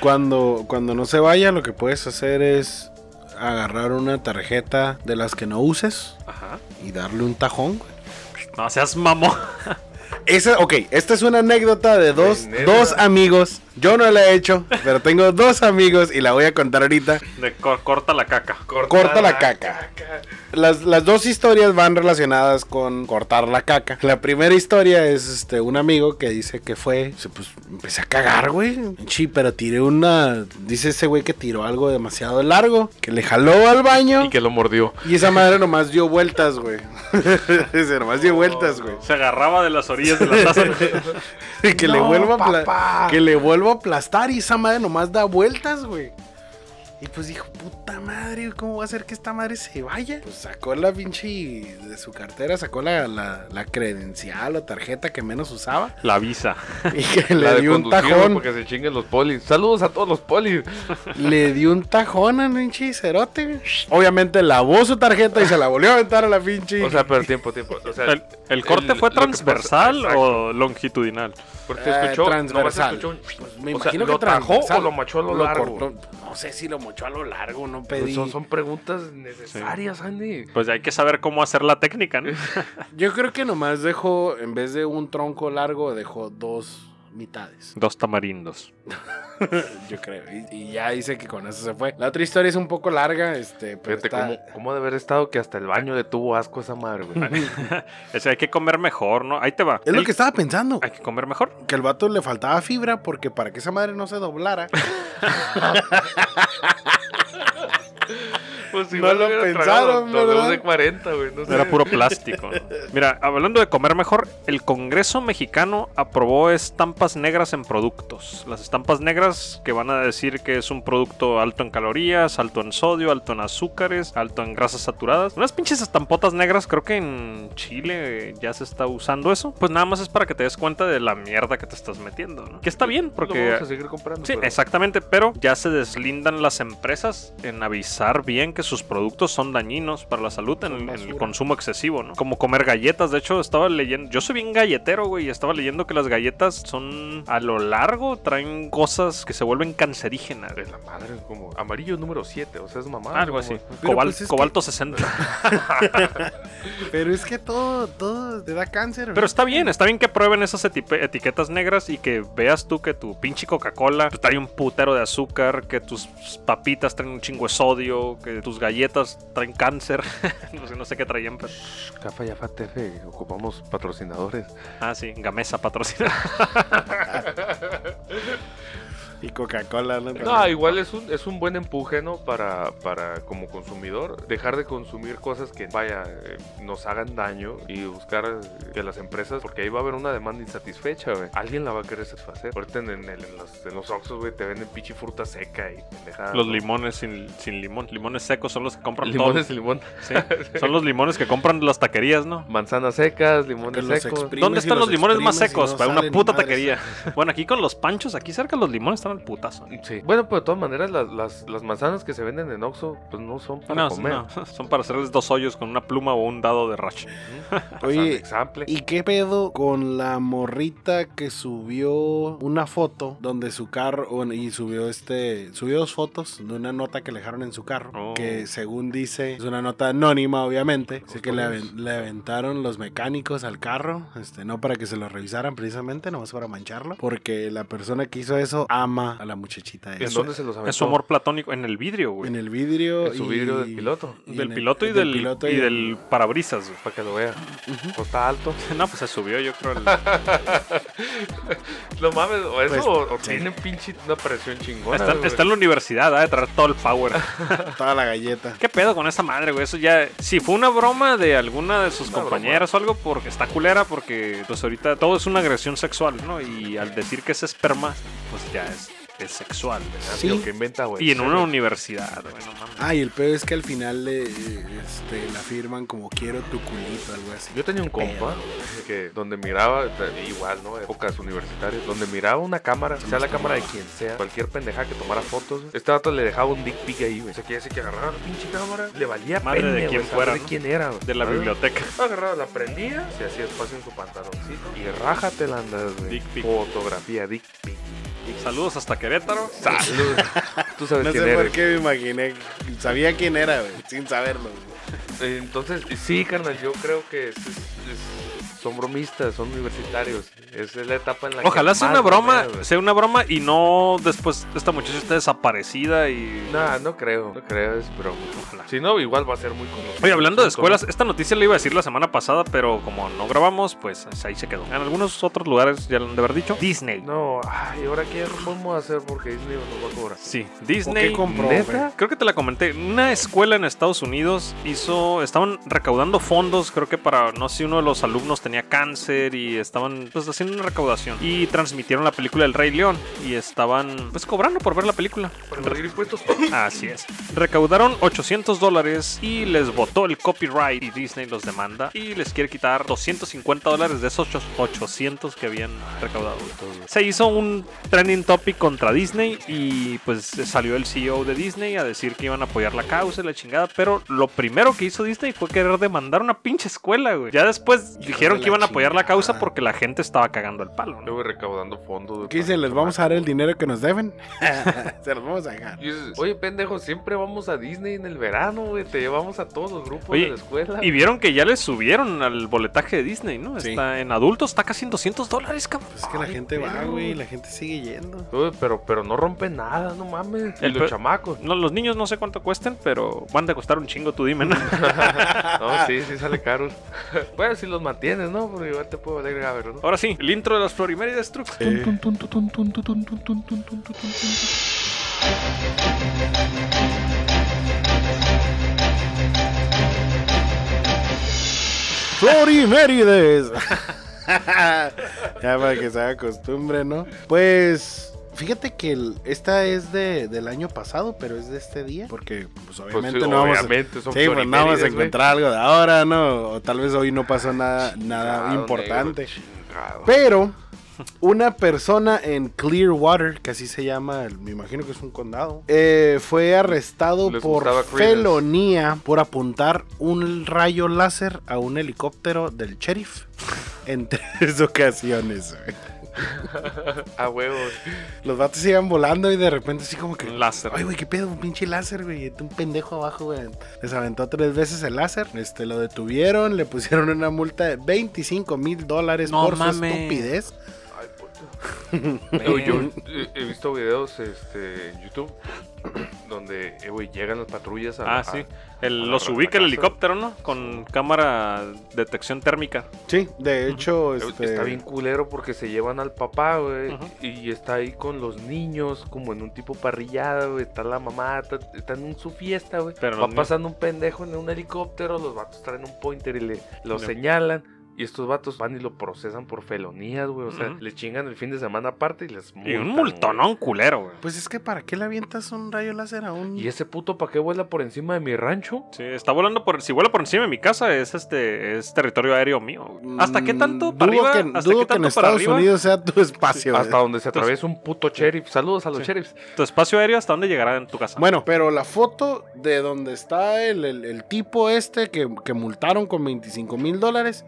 [SPEAKER 5] Cuando, cuando no se vaya, lo que puedes hacer es agarrar una tarjeta de las que no uses
[SPEAKER 3] Ajá.
[SPEAKER 5] y darle un tajón. güey.
[SPEAKER 3] No seas mamón.
[SPEAKER 5] Esa, ok, esta es una anécdota de dos,
[SPEAKER 4] neta.
[SPEAKER 5] dos amigos. Yo no la he hecho, pero tengo dos amigos y la voy a contar ahorita.
[SPEAKER 3] De cor- corta la caca.
[SPEAKER 5] Corta la caca. Las, las dos historias van relacionadas con cortar la caca. La primera historia es este un amigo que dice que fue, dice, pues empecé a cagar, güey. Sí, pero tiré una, dice ese güey que tiró algo demasiado largo, que le jaló al baño
[SPEAKER 4] Y que lo mordió.
[SPEAKER 5] y esa madre nomás dio vueltas, güey. Dice, nomás dio vueltas, güey.
[SPEAKER 3] Se agarraba de las orillas de la taza.
[SPEAKER 5] Y que le vuelva a apla- que le vuelva a aplastar y esa madre nomás da vueltas, güey. Y pues dijo, puta madre, ¿cómo voy a hacer que esta madre se vaya? Pues sacó la pinche de su cartera, sacó la, la, la credencial o tarjeta que menos usaba
[SPEAKER 3] La visa.
[SPEAKER 5] y que
[SPEAKER 4] La
[SPEAKER 5] le
[SPEAKER 4] de
[SPEAKER 5] dio un
[SPEAKER 4] conducir,
[SPEAKER 5] tajón.
[SPEAKER 4] Porque se chinguen los polis. Saludos a todos los polis.
[SPEAKER 5] Le dio un tajón a un pinche cerote. güey. Obviamente lavó su tarjeta y se la volvió a aventar a la pinche.
[SPEAKER 4] O sea, pero tiempo, tiempo. O sea,
[SPEAKER 3] ¿El, el corte fue
[SPEAKER 4] lo que pasa-
[SPEAKER 3] transversal
[SPEAKER 4] Exacto.
[SPEAKER 3] o longitudinal?
[SPEAKER 4] Porque
[SPEAKER 5] Eh,
[SPEAKER 4] escuchó,
[SPEAKER 5] transversal.
[SPEAKER 4] transversal.
[SPEAKER 5] Pues me imagino que
[SPEAKER 4] ¿lo tajó
[SPEAKER 5] transversal.
[SPEAKER 4] o lo machó a lo, largo?
[SPEAKER 5] cortó. No sé si lo mochó a lo largo, no pedí.
[SPEAKER 4] Pues son, son preguntas necesarias, Andy.
[SPEAKER 3] Pues hay que saber cómo hacer la técnica, ¿no?
[SPEAKER 5] Yo creo que nomás dejó, en vez de un tronco largo, dejó dos mitades.
[SPEAKER 3] Dos tamarindos.
[SPEAKER 5] Yo creo. Y, y ya dice que con eso se fue. La otra historia es un poco larga, este, pero
[SPEAKER 4] Fíjate
[SPEAKER 5] está-
[SPEAKER 4] cómo, cómo de haber estado que hasta el baño le tuvo asco a esa madre, güey.
[SPEAKER 3] O sea, hay que comer mejor, ¿no? Ahí te va.
[SPEAKER 5] Es lo
[SPEAKER 3] El-
[SPEAKER 5] que estaba pensando.
[SPEAKER 3] Hay que comer mejor.
[SPEAKER 5] Que al vato le faltaba fibra porque para que esa madre no se doblara,
[SPEAKER 4] Pues
[SPEAKER 5] No lo pensaron, ¿verdad?
[SPEAKER 4] Los de 40, güey. No sé.
[SPEAKER 3] Era puro plástico. ¿no? Mira, hablando de comer mejor, el Congreso mexicano aprobó estampas negras en productos. Las estampas negras que van a decir que es un producto alto en calorías, alto en sodio, alto en azúcares, alto en grasas saturadas. Unas pinches estampotas negras, creo que en Chile eh, ya se está usando eso. Pues nada más es para que te des cuenta de la mierda que te estás metiendo, ¿no? Que está bien,
[SPEAKER 4] Lo
[SPEAKER 3] porque
[SPEAKER 4] vamos a seguir comprando.
[SPEAKER 3] Sí,
[SPEAKER 4] pero-
[SPEAKER 3] exactamente, pero ya se deslindan las empresas en avisar bien que sus productos son dañinos para la salud en, en el
[SPEAKER 5] basura.
[SPEAKER 3] consumo excesivo, ¿no? Como comer galletas, de hecho estaba leyendo, yo soy bien galletero, güey, y estaba leyendo que las galletas son a lo largo, traen cosas que se vuelven cancerígenas.
[SPEAKER 4] De la madre, como amarillo número 7, o sea, es mamá.
[SPEAKER 3] Algo así.
[SPEAKER 5] Pero
[SPEAKER 3] Cobal-
[SPEAKER 5] pues es que-
[SPEAKER 3] cobalto 60.
[SPEAKER 5] pero es que todo, todo te da cáncer.
[SPEAKER 3] Pero está bien, está bien que prueben esas etipe- etiquetas negras y que veas tú que tu pinche Coca-Cola pues, trae un putero de azúcar, que tus papitas traen un chingo de sodio, que tus galletas traen cáncer. no, sé, no sé qué traían, pero.
[SPEAKER 4] Cafa y Tefe, ocupamos patrocinadores.
[SPEAKER 3] Ah, sí, Gamesa patrocina.
[SPEAKER 5] Y Coca-Cola, ¿no?
[SPEAKER 4] No, igual es un, es un buen empuje, ¿no? Para, para como consumidor, dejar de consumir cosas que, vaya, eh, nos hagan daño y buscar eh, que las empresas, porque ahí va a haber una demanda insatisfecha, güey. Alguien la va a querer satisfacer. Ahorita en, en el- en los, en los Oxxos, güey, te venden pinche fruta seca y pendejada.
[SPEAKER 3] Ah, Los
[SPEAKER 4] ¿no?
[SPEAKER 3] limones sin, sin limón. Limones secos son los que compran
[SPEAKER 4] Limones
[SPEAKER 3] todos.
[SPEAKER 4] y limón.
[SPEAKER 3] Sí, son los limones que compran las taquerías, ¿no?
[SPEAKER 4] Manzanas secas,
[SPEAKER 5] Porque
[SPEAKER 4] limones
[SPEAKER 5] los
[SPEAKER 4] secos.
[SPEAKER 5] exprimes
[SPEAKER 3] ¿Dónde
[SPEAKER 5] y
[SPEAKER 3] están los limones más
[SPEAKER 5] exprimes
[SPEAKER 3] secos?
[SPEAKER 5] y no
[SPEAKER 3] Para una
[SPEAKER 5] salen
[SPEAKER 3] puta
[SPEAKER 5] ni madres.
[SPEAKER 3] taquería. Bueno, aquí con los panchos, aquí cerca los limones están al putazo.
[SPEAKER 4] Sí. Bueno, pero de todas maneras, las, las, las manzanas que se venden en Oxxo, pues no son para
[SPEAKER 3] No,
[SPEAKER 4] comer.
[SPEAKER 3] no, son para hacerles dos hoyos con una pluma o un dado de racha.
[SPEAKER 4] Pasan de
[SPEAKER 5] Oye,
[SPEAKER 4] example.
[SPEAKER 5] ¿Y qué pedo con la morrita que subió una foto donde su carro bueno, y subió este subió dos fotos de una nota que le dejaron en su carro
[SPEAKER 3] Oh.
[SPEAKER 5] que según dice es una nota anónima obviamente así
[SPEAKER 4] Pues,
[SPEAKER 5] que le,
[SPEAKER 4] ¿cuál es?
[SPEAKER 5] aven- le aventaron los mecánicos al carro este no para que se lo revisaran precisamente nomás para mancharlo porque la persona que hizo eso ama a la muchachita
[SPEAKER 4] ¿En
[SPEAKER 5] esa.
[SPEAKER 4] dónde se los aventó?
[SPEAKER 3] Es su amor platónico en el vidrio, güey.
[SPEAKER 5] en el vidrio
[SPEAKER 4] En su vidrio del piloto.
[SPEAKER 5] y en
[SPEAKER 3] del
[SPEAKER 5] el-
[SPEAKER 3] piloto y del,
[SPEAKER 5] piloto
[SPEAKER 3] y
[SPEAKER 5] del-
[SPEAKER 3] del parabrisas, güey.
[SPEAKER 4] Para que lo vea. O está alto.
[SPEAKER 3] No, pues se subió, yo creo. el-
[SPEAKER 4] No mames, o eso
[SPEAKER 5] Pues,
[SPEAKER 4] o, o
[SPEAKER 5] sí.
[SPEAKER 4] tiene pinche una presión chingona.
[SPEAKER 3] está,
[SPEAKER 4] güey.
[SPEAKER 3] está en la universidad, ha de traer todo el power.
[SPEAKER 5] toda la galleta
[SPEAKER 3] ¿Qué pedo con esa madre, güey? Eso ya. Si fue una broma de alguna de sus
[SPEAKER 4] Una
[SPEAKER 3] compañeras o algo, porque está culera, porque pues ahorita todo es una agresión sexual, ¿no? Y al decir que es esperma, pues ya es es sexual.
[SPEAKER 4] Ah,
[SPEAKER 5] Sí.
[SPEAKER 4] tío, ¿Qué inventa, güey?
[SPEAKER 3] Y en una universidad, güey, no mames.
[SPEAKER 5] Ah, y el pedo es que al final le, eh, este, la firman como quiero tu culito, algo así.
[SPEAKER 4] Yo tenía un compa que donde miraba, eh, igual, ¿no? Épocas universitarias, donde miraba una cámara, sea la cámara de quien sea, cualquier pendeja que tomara fotos, güey, este vato le dejaba un dick pic ahí, güey. O sea, que ya sé que agarraba la pinche cámara, le valía
[SPEAKER 3] Madre de
[SPEAKER 4] pene,
[SPEAKER 3] quién
[SPEAKER 4] güey,
[SPEAKER 3] fuera,
[SPEAKER 4] saber
[SPEAKER 3] ¿no?
[SPEAKER 4] quién era, güey.
[SPEAKER 3] De la
[SPEAKER 4] Ah,
[SPEAKER 3] biblioteca.
[SPEAKER 4] Agarraba, la prendía, se hacía espacio en su pantaloncito y rájatela andas, güey.
[SPEAKER 3] Dick pic.
[SPEAKER 4] Fotografía, dick pic.
[SPEAKER 3] Saludos hasta Querétaro.
[SPEAKER 4] Salud. Tú sabes
[SPEAKER 5] No
[SPEAKER 4] quién
[SPEAKER 5] sé por
[SPEAKER 4] eres.
[SPEAKER 5] qué me imaginé. Sabía quién era, güey, sin saberlo. güey.
[SPEAKER 4] Entonces, sí, carnal, yo creo que es- es- es- son bromistas, son universitarios. Esa es la etapa en la que
[SPEAKER 3] Ojalá sea
[SPEAKER 4] más
[SPEAKER 3] una broma,
[SPEAKER 4] bromeas, güey.
[SPEAKER 3] sea una broma y no después esta muchacha está desaparecida y
[SPEAKER 4] Nah, no creo, no creo, es broma.
[SPEAKER 3] Ojalá.
[SPEAKER 4] Si no, igual va a ser muy conocido.
[SPEAKER 3] Oye, hablando de escuelas, esta noticia la iba a decir la semana pasada, pero como no grabamos, pues ahí se quedó. En algunos otros lugares ya lo han de haber dicho. Disney.
[SPEAKER 4] No, ay, ¿ahora qué vamos a hacer? Porque Disney nos va a cobrar.
[SPEAKER 3] Sí, Disney.
[SPEAKER 5] ¿O qué compró,
[SPEAKER 3] ¿neta?
[SPEAKER 5] güey?
[SPEAKER 3] Creo que te la comenté. Una escuela en Estados Unidos hizo, estaban recaudando fondos, creo que para, no sé si uno de los alumnos tenía cáncer y estaban pues haciendo una recaudación y transmitieron la película El Rey León y estaban pues cobrando por ver la película.
[SPEAKER 4] Para pagar impuestos.
[SPEAKER 3] Así es. Recaudaron 800 dólares y les votó el copyright y Disney los demanda y les quiere quitar 250 dólares de esos ocho- 800 que habían recaudado. Se hizo un trending topic contra Disney y pues salió el CEO de Disney a decir que iban a apoyar la causa y la chingada, pero lo primero que hizo Disney fue querer demandar una pinche escuela, güey. Ya después
[SPEAKER 5] Hijo
[SPEAKER 3] dijeron
[SPEAKER 5] de
[SPEAKER 3] que
[SPEAKER 5] la
[SPEAKER 3] iban a apoyar la causa
[SPEAKER 5] chingada.
[SPEAKER 3] porque la gente estaba cagando el palo, ¿no?
[SPEAKER 4] Luego recaudando fondos. güey,
[SPEAKER 5] ¿Qué
[SPEAKER 4] para-
[SPEAKER 5] dicen? ¿Les vamos a dar el dinero que nos deben? Pues Se los vamos a dejar.
[SPEAKER 4] Y dices, Oye, pendejo, siempre vamos a Disney en el verano, güey. Te llevamos a todos los grupos
[SPEAKER 3] Oye,
[SPEAKER 4] de la escuela.
[SPEAKER 3] Y vieron que ya le subieron al boletaje de Disney, ¿no?
[SPEAKER 5] Sí.
[SPEAKER 3] Está en adultos, está casi en 200 dólares, cabrón.
[SPEAKER 5] Pues es que la gente va, güey, la gente sigue yendo.
[SPEAKER 4] Oye, pero, pero no rompen nada, no mames. Y
[SPEAKER 3] El
[SPEAKER 4] los
[SPEAKER 3] pe-
[SPEAKER 4] chamacos.
[SPEAKER 3] No, los niños no sé cuánto cuesten, pero van a costar un chingo, tú dime, ¿no?
[SPEAKER 4] No, sí, sí sale caro. bueno, si los mantienes, ¿no? Porque igual te puedo valer gaber, ¿no?
[SPEAKER 3] Ahora sí, el intro de las Florimérides Trucks.
[SPEAKER 5] Florimérides. ya para que se haga costumbre, ¿no? Pues fíjate que el- esta es de, del año pasado, pero es de este día. Porque pues
[SPEAKER 4] Pues,
[SPEAKER 5] obviamente no vamos a...
[SPEAKER 4] obviamente, son
[SPEAKER 5] Sí, pues no vamos
[SPEAKER 4] florimérides,
[SPEAKER 5] a
[SPEAKER 4] güey.
[SPEAKER 5] encontrar algo de ahora, ¿no? O tal vez hoy no pasó nada, nada
[SPEAKER 4] Chingado,
[SPEAKER 5] importante.
[SPEAKER 4] negro, chingado.
[SPEAKER 5] Pero una persona en Clearwater, que así se llama, el- me imagino que es un condado, eh, fue arrestado
[SPEAKER 4] Les
[SPEAKER 5] por
[SPEAKER 4] gustaba Creedence.
[SPEAKER 5] felonía por apuntar un rayo láser a un helicóptero del sheriff en tres ocasiones. güey.
[SPEAKER 4] A huevo.
[SPEAKER 5] Los vatos iban volando y de repente así como que...
[SPEAKER 3] Un láser.
[SPEAKER 5] Ay, güey, qué pedo, un pinche láser, güey. Un pendejo abajo, güey. Les aventó tres veces el láser. Este, lo detuvieron, le pusieron una multa de 25 mil dólares
[SPEAKER 3] No
[SPEAKER 5] por su
[SPEAKER 3] mames.
[SPEAKER 5] estupidez.
[SPEAKER 4] Ay, puta. Yo, yo he- he visto videos este, en YouTube donde eh, güey, llegan las patrullas a.
[SPEAKER 3] Ah, sí.
[SPEAKER 4] a-
[SPEAKER 3] El-
[SPEAKER 4] a la-
[SPEAKER 3] los
[SPEAKER 4] a la
[SPEAKER 3] ubica el
[SPEAKER 4] casa.
[SPEAKER 3] helicóptero, ¿no? Con cámara detección térmica.
[SPEAKER 5] Sí, de hecho,
[SPEAKER 3] Pues,
[SPEAKER 4] Eh,
[SPEAKER 5] este...
[SPEAKER 4] Está bien culero porque se llevan al papá, güey.
[SPEAKER 3] Ujú.
[SPEAKER 4] Y está ahí con los niños, como en un tipo parrillada, güey. Está la mamá, está, está en su fiesta, güey.
[SPEAKER 3] Pero
[SPEAKER 4] Va
[SPEAKER 3] los
[SPEAKER 4] pasando un pendejo en un helicóptero, los vatos traen un pointer y le lo
[SPEAKER 3] No.
[SPEAKER 4] señalan. Y estos vatos van y lo procesan por felonías, güey. O sea,
[SPEAKER 3] Ujú.
[SPEAKER 4] le chingan el fin de semana aparte y les multan.
[SPEAKER 3] Y un
[SPEAKER 4] güey.
[SPEAKER 3] multonón culero, güey.
[SPEAKER 5] Pues es que ¿para qué le avientas un rayo láser a un...?
[SPEAKER 4] ¿Y ese puto pa' qué vuela por encima de mi rancho?
[SPEAKER 3] Sí, está volando por. Si vuela por encima de mi casa, es este. Es territorio aéreo mío. güey. ¿Hasta qué tanto
[SPEAKER 5] Mm,
[SPEAKER 3] para
[SPEAKER 5] dudo
[SPEAKER 3] arriba?
[SPEAKER 5] Que,
[SPEAKER 3] ¿Hasta
[SPEAKER 5] dudo
[SPEAKER 3] qué
[SPEAKER 5] que
[SPEAKER 3] tanto
[SPEAKER 5] en
[SPEAKER 3] para
[SPEAKER 5] Estados
[SPEAKER 3] arriba?
[SPEAKER 5] Unidos sea tu espacio. güey.
[SPEAKER 4] Hasta donde se atraviesa un puto sheriff. Saludos a los
[SPEAKER 3] Pues, Sí.
[SPEAKER 4] sheriffs.
[SPEAKER 3] Tu espacio aéreo, ¿hasta dónde llegará en tu casa?
[SPEAKER 5] Bueno, pero la foto de donde está el, el- el tipo este que, que multaron con 25 mil dólares.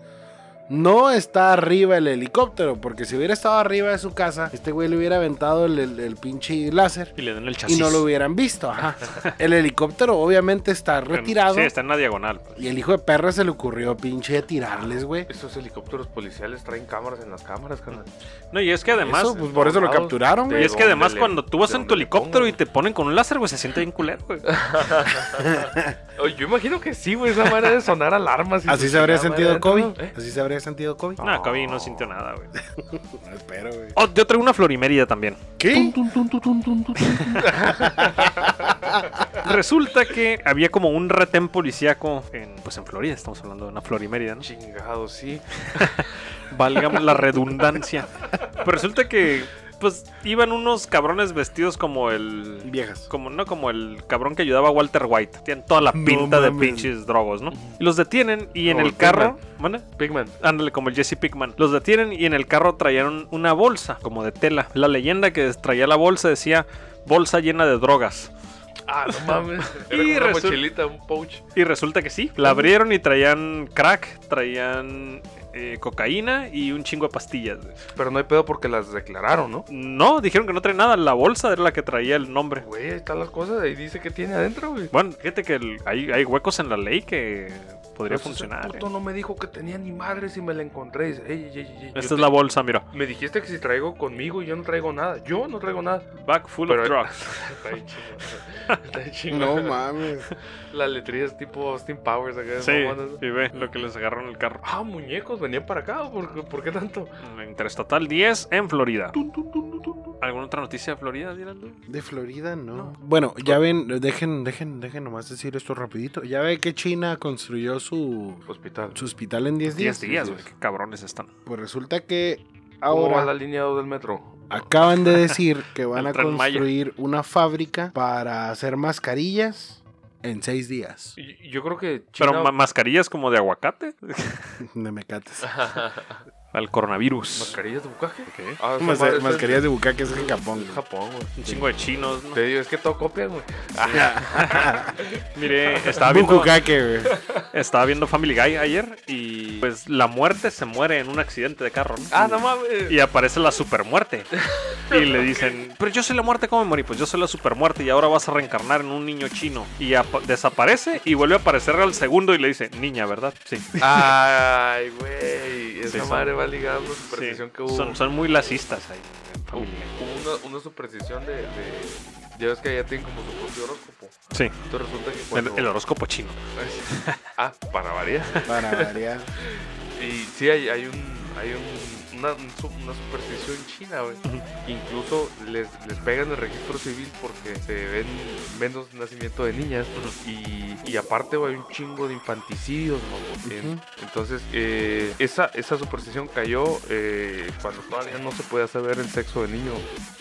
[SPEAKER 5] No está arriba el helicóptero, porque si hubiera estado arriba de su casa, este güey le hubiera aventado el, el- el pinche láser
[SPEAKER 3] Y le den el chasis.
[SPEAKER 5] y no lo hubieran visto. ajá. El helicóptero obviamente está retirado
[SPEAKER 3] Sí, está en la diagonal. pues.
[SPEAKER 5] y el hijo de perra se le ocurrió pinche tirarles, güey.
[SPEAKER 4] Esos helicópteros policiales traen cámaras en las cámaras, carnal.
[SPEAKER 3] No, y es que además.
[SPEAKER 5] Eso, pues, por eso lo
[SPEAKER 4] soldados
[SPEAKER 5] capturaron,
[SPEAKER 4] de
[SPEAKER 5] güey.
[SPEAKER 3] Y es que
[SPEAKER 4] donde
[SPEAKER 3] además
[SPEAKER 4] le-
[SPEAKER 3] cuando tú vas
[SPEAKER 4] de
[SPEAKER 3] en tu
[SPEAKER 4] donde le
[SPEAKER 3] helicóptero
[SPEAKER 4] pongan.
[SPEAKER 3] y te ponen con un láser, güey, se siente bien culero, güey.
[SPEAKER 4] Oye, Yo imagino que sí, güey. Esa manera de sonar alarmas. y
[SPEAKER 5] Así
[SPEAKER 4] su
[SPEAKER 5] se habría
[SPEAKER 4] pues chingada
[SPEAKER 5] sentido
[SPEAKER 4] madre, ¿no?
[SPEAKER 5] Kobe.
[SPEAKER 4] ¿Eh?
[SPEAKER 5] Así se habría sentido Kobe.
[SPEAKER 3] No, Kobe no sintió nada, güey.
[SPEAKER 5] No espero, güey.
[SPEAKER 3] Oh, yo traigo una florimérida también.
[SPEAKER 5] ¿Qué?
[SPEAKER 3] Ah. Resulta que había como un retén policíaco en, pues en Florida, estamos hablando de una florimérida, ¿no?
[SPEAKER 4] Chingado, sí.
[SPEAKER 3] Valga la redundancia. Pero resulta que pues iban unos cabrones vestidos como el.
[SPEAKER 5] Viejas.
[SPEAKER 3] Como, no como el cabrón que ayudaba a Walter White. Tienen toda la pinta de
[SPEAKER 5] mames.
[SPEAKER 3] pinches drogos, ¿no? Y los detienen y en
[SPEAKER 4] Como
[SPEAKER 3] el
[SPEAKER 4] el
[SPEAKER 3] carro. ¿Mande?
[SPEAKER 4] Pigman.
[SPEAKER 3] Ándale, como el Jesse Pickman. Los detienen y en el carro traían una bolsa, como de tela. La leyenda que traía la bolsa decía bolsa llena de drogas.
[SPEAKER 4] Ah, no mames. Era
[SPEAKER 3] Y
[SPEAKER 4] como una
[SPEAKER 3] resulta-
[SPEAKER 4] mochilita, un pouch.
[SPEAKER 3] Y resulta que sí. La abrieron y traían crack, traían eh, cocaína y un chingo de pastillas. güey.
[SPEAKER 4] Pero no hay pedo porque las declararon, ¿no?
[SPEAKER 3] No, dijeron que no traía nada. La bolsa era la que traía el nombre.
[SPEAKER 4] Güey, ahí están las cosas. Ahí dice que tiene adentro, güey.
[SPEAKER 3] Bueno, fíjate que el- hay, hay huecos en la ley que podría
[SPEAKER 4] Pero ese
[SPEAKER 3] funcionar.
[SPEAKER 4] puto
[SPEAKER 3] eh.
[SPEAKER 4] no me dijo que tenía ni madre si me la encontré. Dice, "Ey, ey, ey, ey, yo
[SPEAKER 3] Esta
[SPEAKER 4] te-
[SPEAKER 3] es la bolsa, mira.
[SPEAKER 4] Me dijiste que si traigo conmigo, yo no traigo nada. Yo no traigo nada.
[SPEAKER 3] Back full
[SPEAKER 4] Pero-
[SPEAKER 3] of drugs.
[SPEAKER 4] Está bien chingón. Está bien chingón.
[SPEAKER 5] No mames.
[SPEAKER 4] La letría es tipo Austin Powers acá.
[SPEAKER 3] Sí,
[SPEAKER 4] mamonas.
[SPEAKER 3] y ve lo que les agarró en el carro.
[SPEAKER 4] Ah, muñecos, venían para acá. ¿Por, qué- por qué tanto?
[SPEAKER 3] Mm, Interestatal 10 en Florida. ¿Alguna otra noticia de Florida, Dylan?
[SPEAKER 5] De Florida, no.
[SPEAKER 3] No.
[SPEAKER 5] Bueno, ya ven, dejen, dejen, dejen nomás decir esto rapidito. Ya ve que China construyó su,
[SPEAKER 4] Hospital.
[SPEAKER 5] su hospital en 10 días.
[SPEAKER 3] 10 días, güey. Oh, Qué cabrones están.
[SPEAKER 5] Pues resulta que
[SPEAKER 4] ¿Cómo va la
[SPEAKER 5] ahora
[SPEAKER 4] línea 2 del metro?
[SPEAKER 5] acaban de decir que van
[SPEAKER 3] El
[SPEAKER 5] a
[SPEAKER 3] Tren Maya.
[SPEAKER 5] construir una fábrica para hacer mascarillas en 6 días.
[SPEAKER 4] Y- Yo creo que China...
[SPEAKER 3] Pero ma- mascarillas como de aguacate.
[SPEAKER 5] No me cates.
[SPEAKER 3] Al coronavirus.
[SPEAKER 4] ¿Mascarillas de bucaje?
[SPEAKER 3] Ok.
[SPEAKER 4] Ah, esa madre
[SPEAKER 3] pues,
[SPEAKER 5] Mas-
[SPEAKER 4] es-
[SPEAKER 5] Mascarillas de bucaques en Japón.
[SPEAKER 4] es Japón, güey.
[SPEAKER 3] Un chingo de ah, chinos. ¿no?
[SPEAKER 4] Te digo, es que todo copian, güey.
[SPEAKER 3] Mire, estaba viendo,
[SPEAKER 5] Bukukake, güey.
[SPEAKER 3] estaba viendo Family Guy ayer y pues la muerte se muere en un accidente de carro. ¿no?
[SPEAKER 4] Ah, no mames.
[SPEAKER 3] Y aparece la supermuerte. Y le dicen, pero yo soy la muerte, ¿cómo me morí? Pues yo soy la supermuerte y ahora vas a reencarnar en un niño chino. Y apa- desaparece y vuelve a aparecer al segundo y le dice, niña, ¿verdad? Sí.
[SPEAKER 4] Ay, güey. Esa
[SPEAKER 3] Sí, son-
[SPEAKER 4] madre va ligada con
[SPEAKER 3] Sí.
[SPEAKER 4] superstición que hubo.
[SPEAKER 3] Son, son muy lacistas ahí. en
[SPEAKER 4] Hubo
[SPEAKER 3] Family Guy.
[SPEAKER 4] una, una superstición de, de- Ya ves que allá tienen como su propio horóscopo.
[SPEAKER 3] Sí,
[SPEAKER 4] Entonces resulta que
[SPEAKER 3] el,
[SPEAKER 4] cuando...
[SPEAKER 3] el horóscopo chino.
[SPEAKER 4] ah, para variar.
[SPEAKER 5] Para variar.
[SPEAKER 4] Y sí, hay, hay un... Hay un, una, un su- una superstición china, güey.
[SPEAKER 3] Ujú.
[SPEAKER 4] Incluso les, les pegan el registro civil porque se ven menos nacimiento de niñas. Y, y aparte, güey, hay un chingo de infanticidios, ¿no? güey?
[SPEAKER 5] Ujú.
[SPEAKER 4] Entonces, eh, esa, esa superstición cayó eh, cuando todavía no se podía saber el sexo del niño.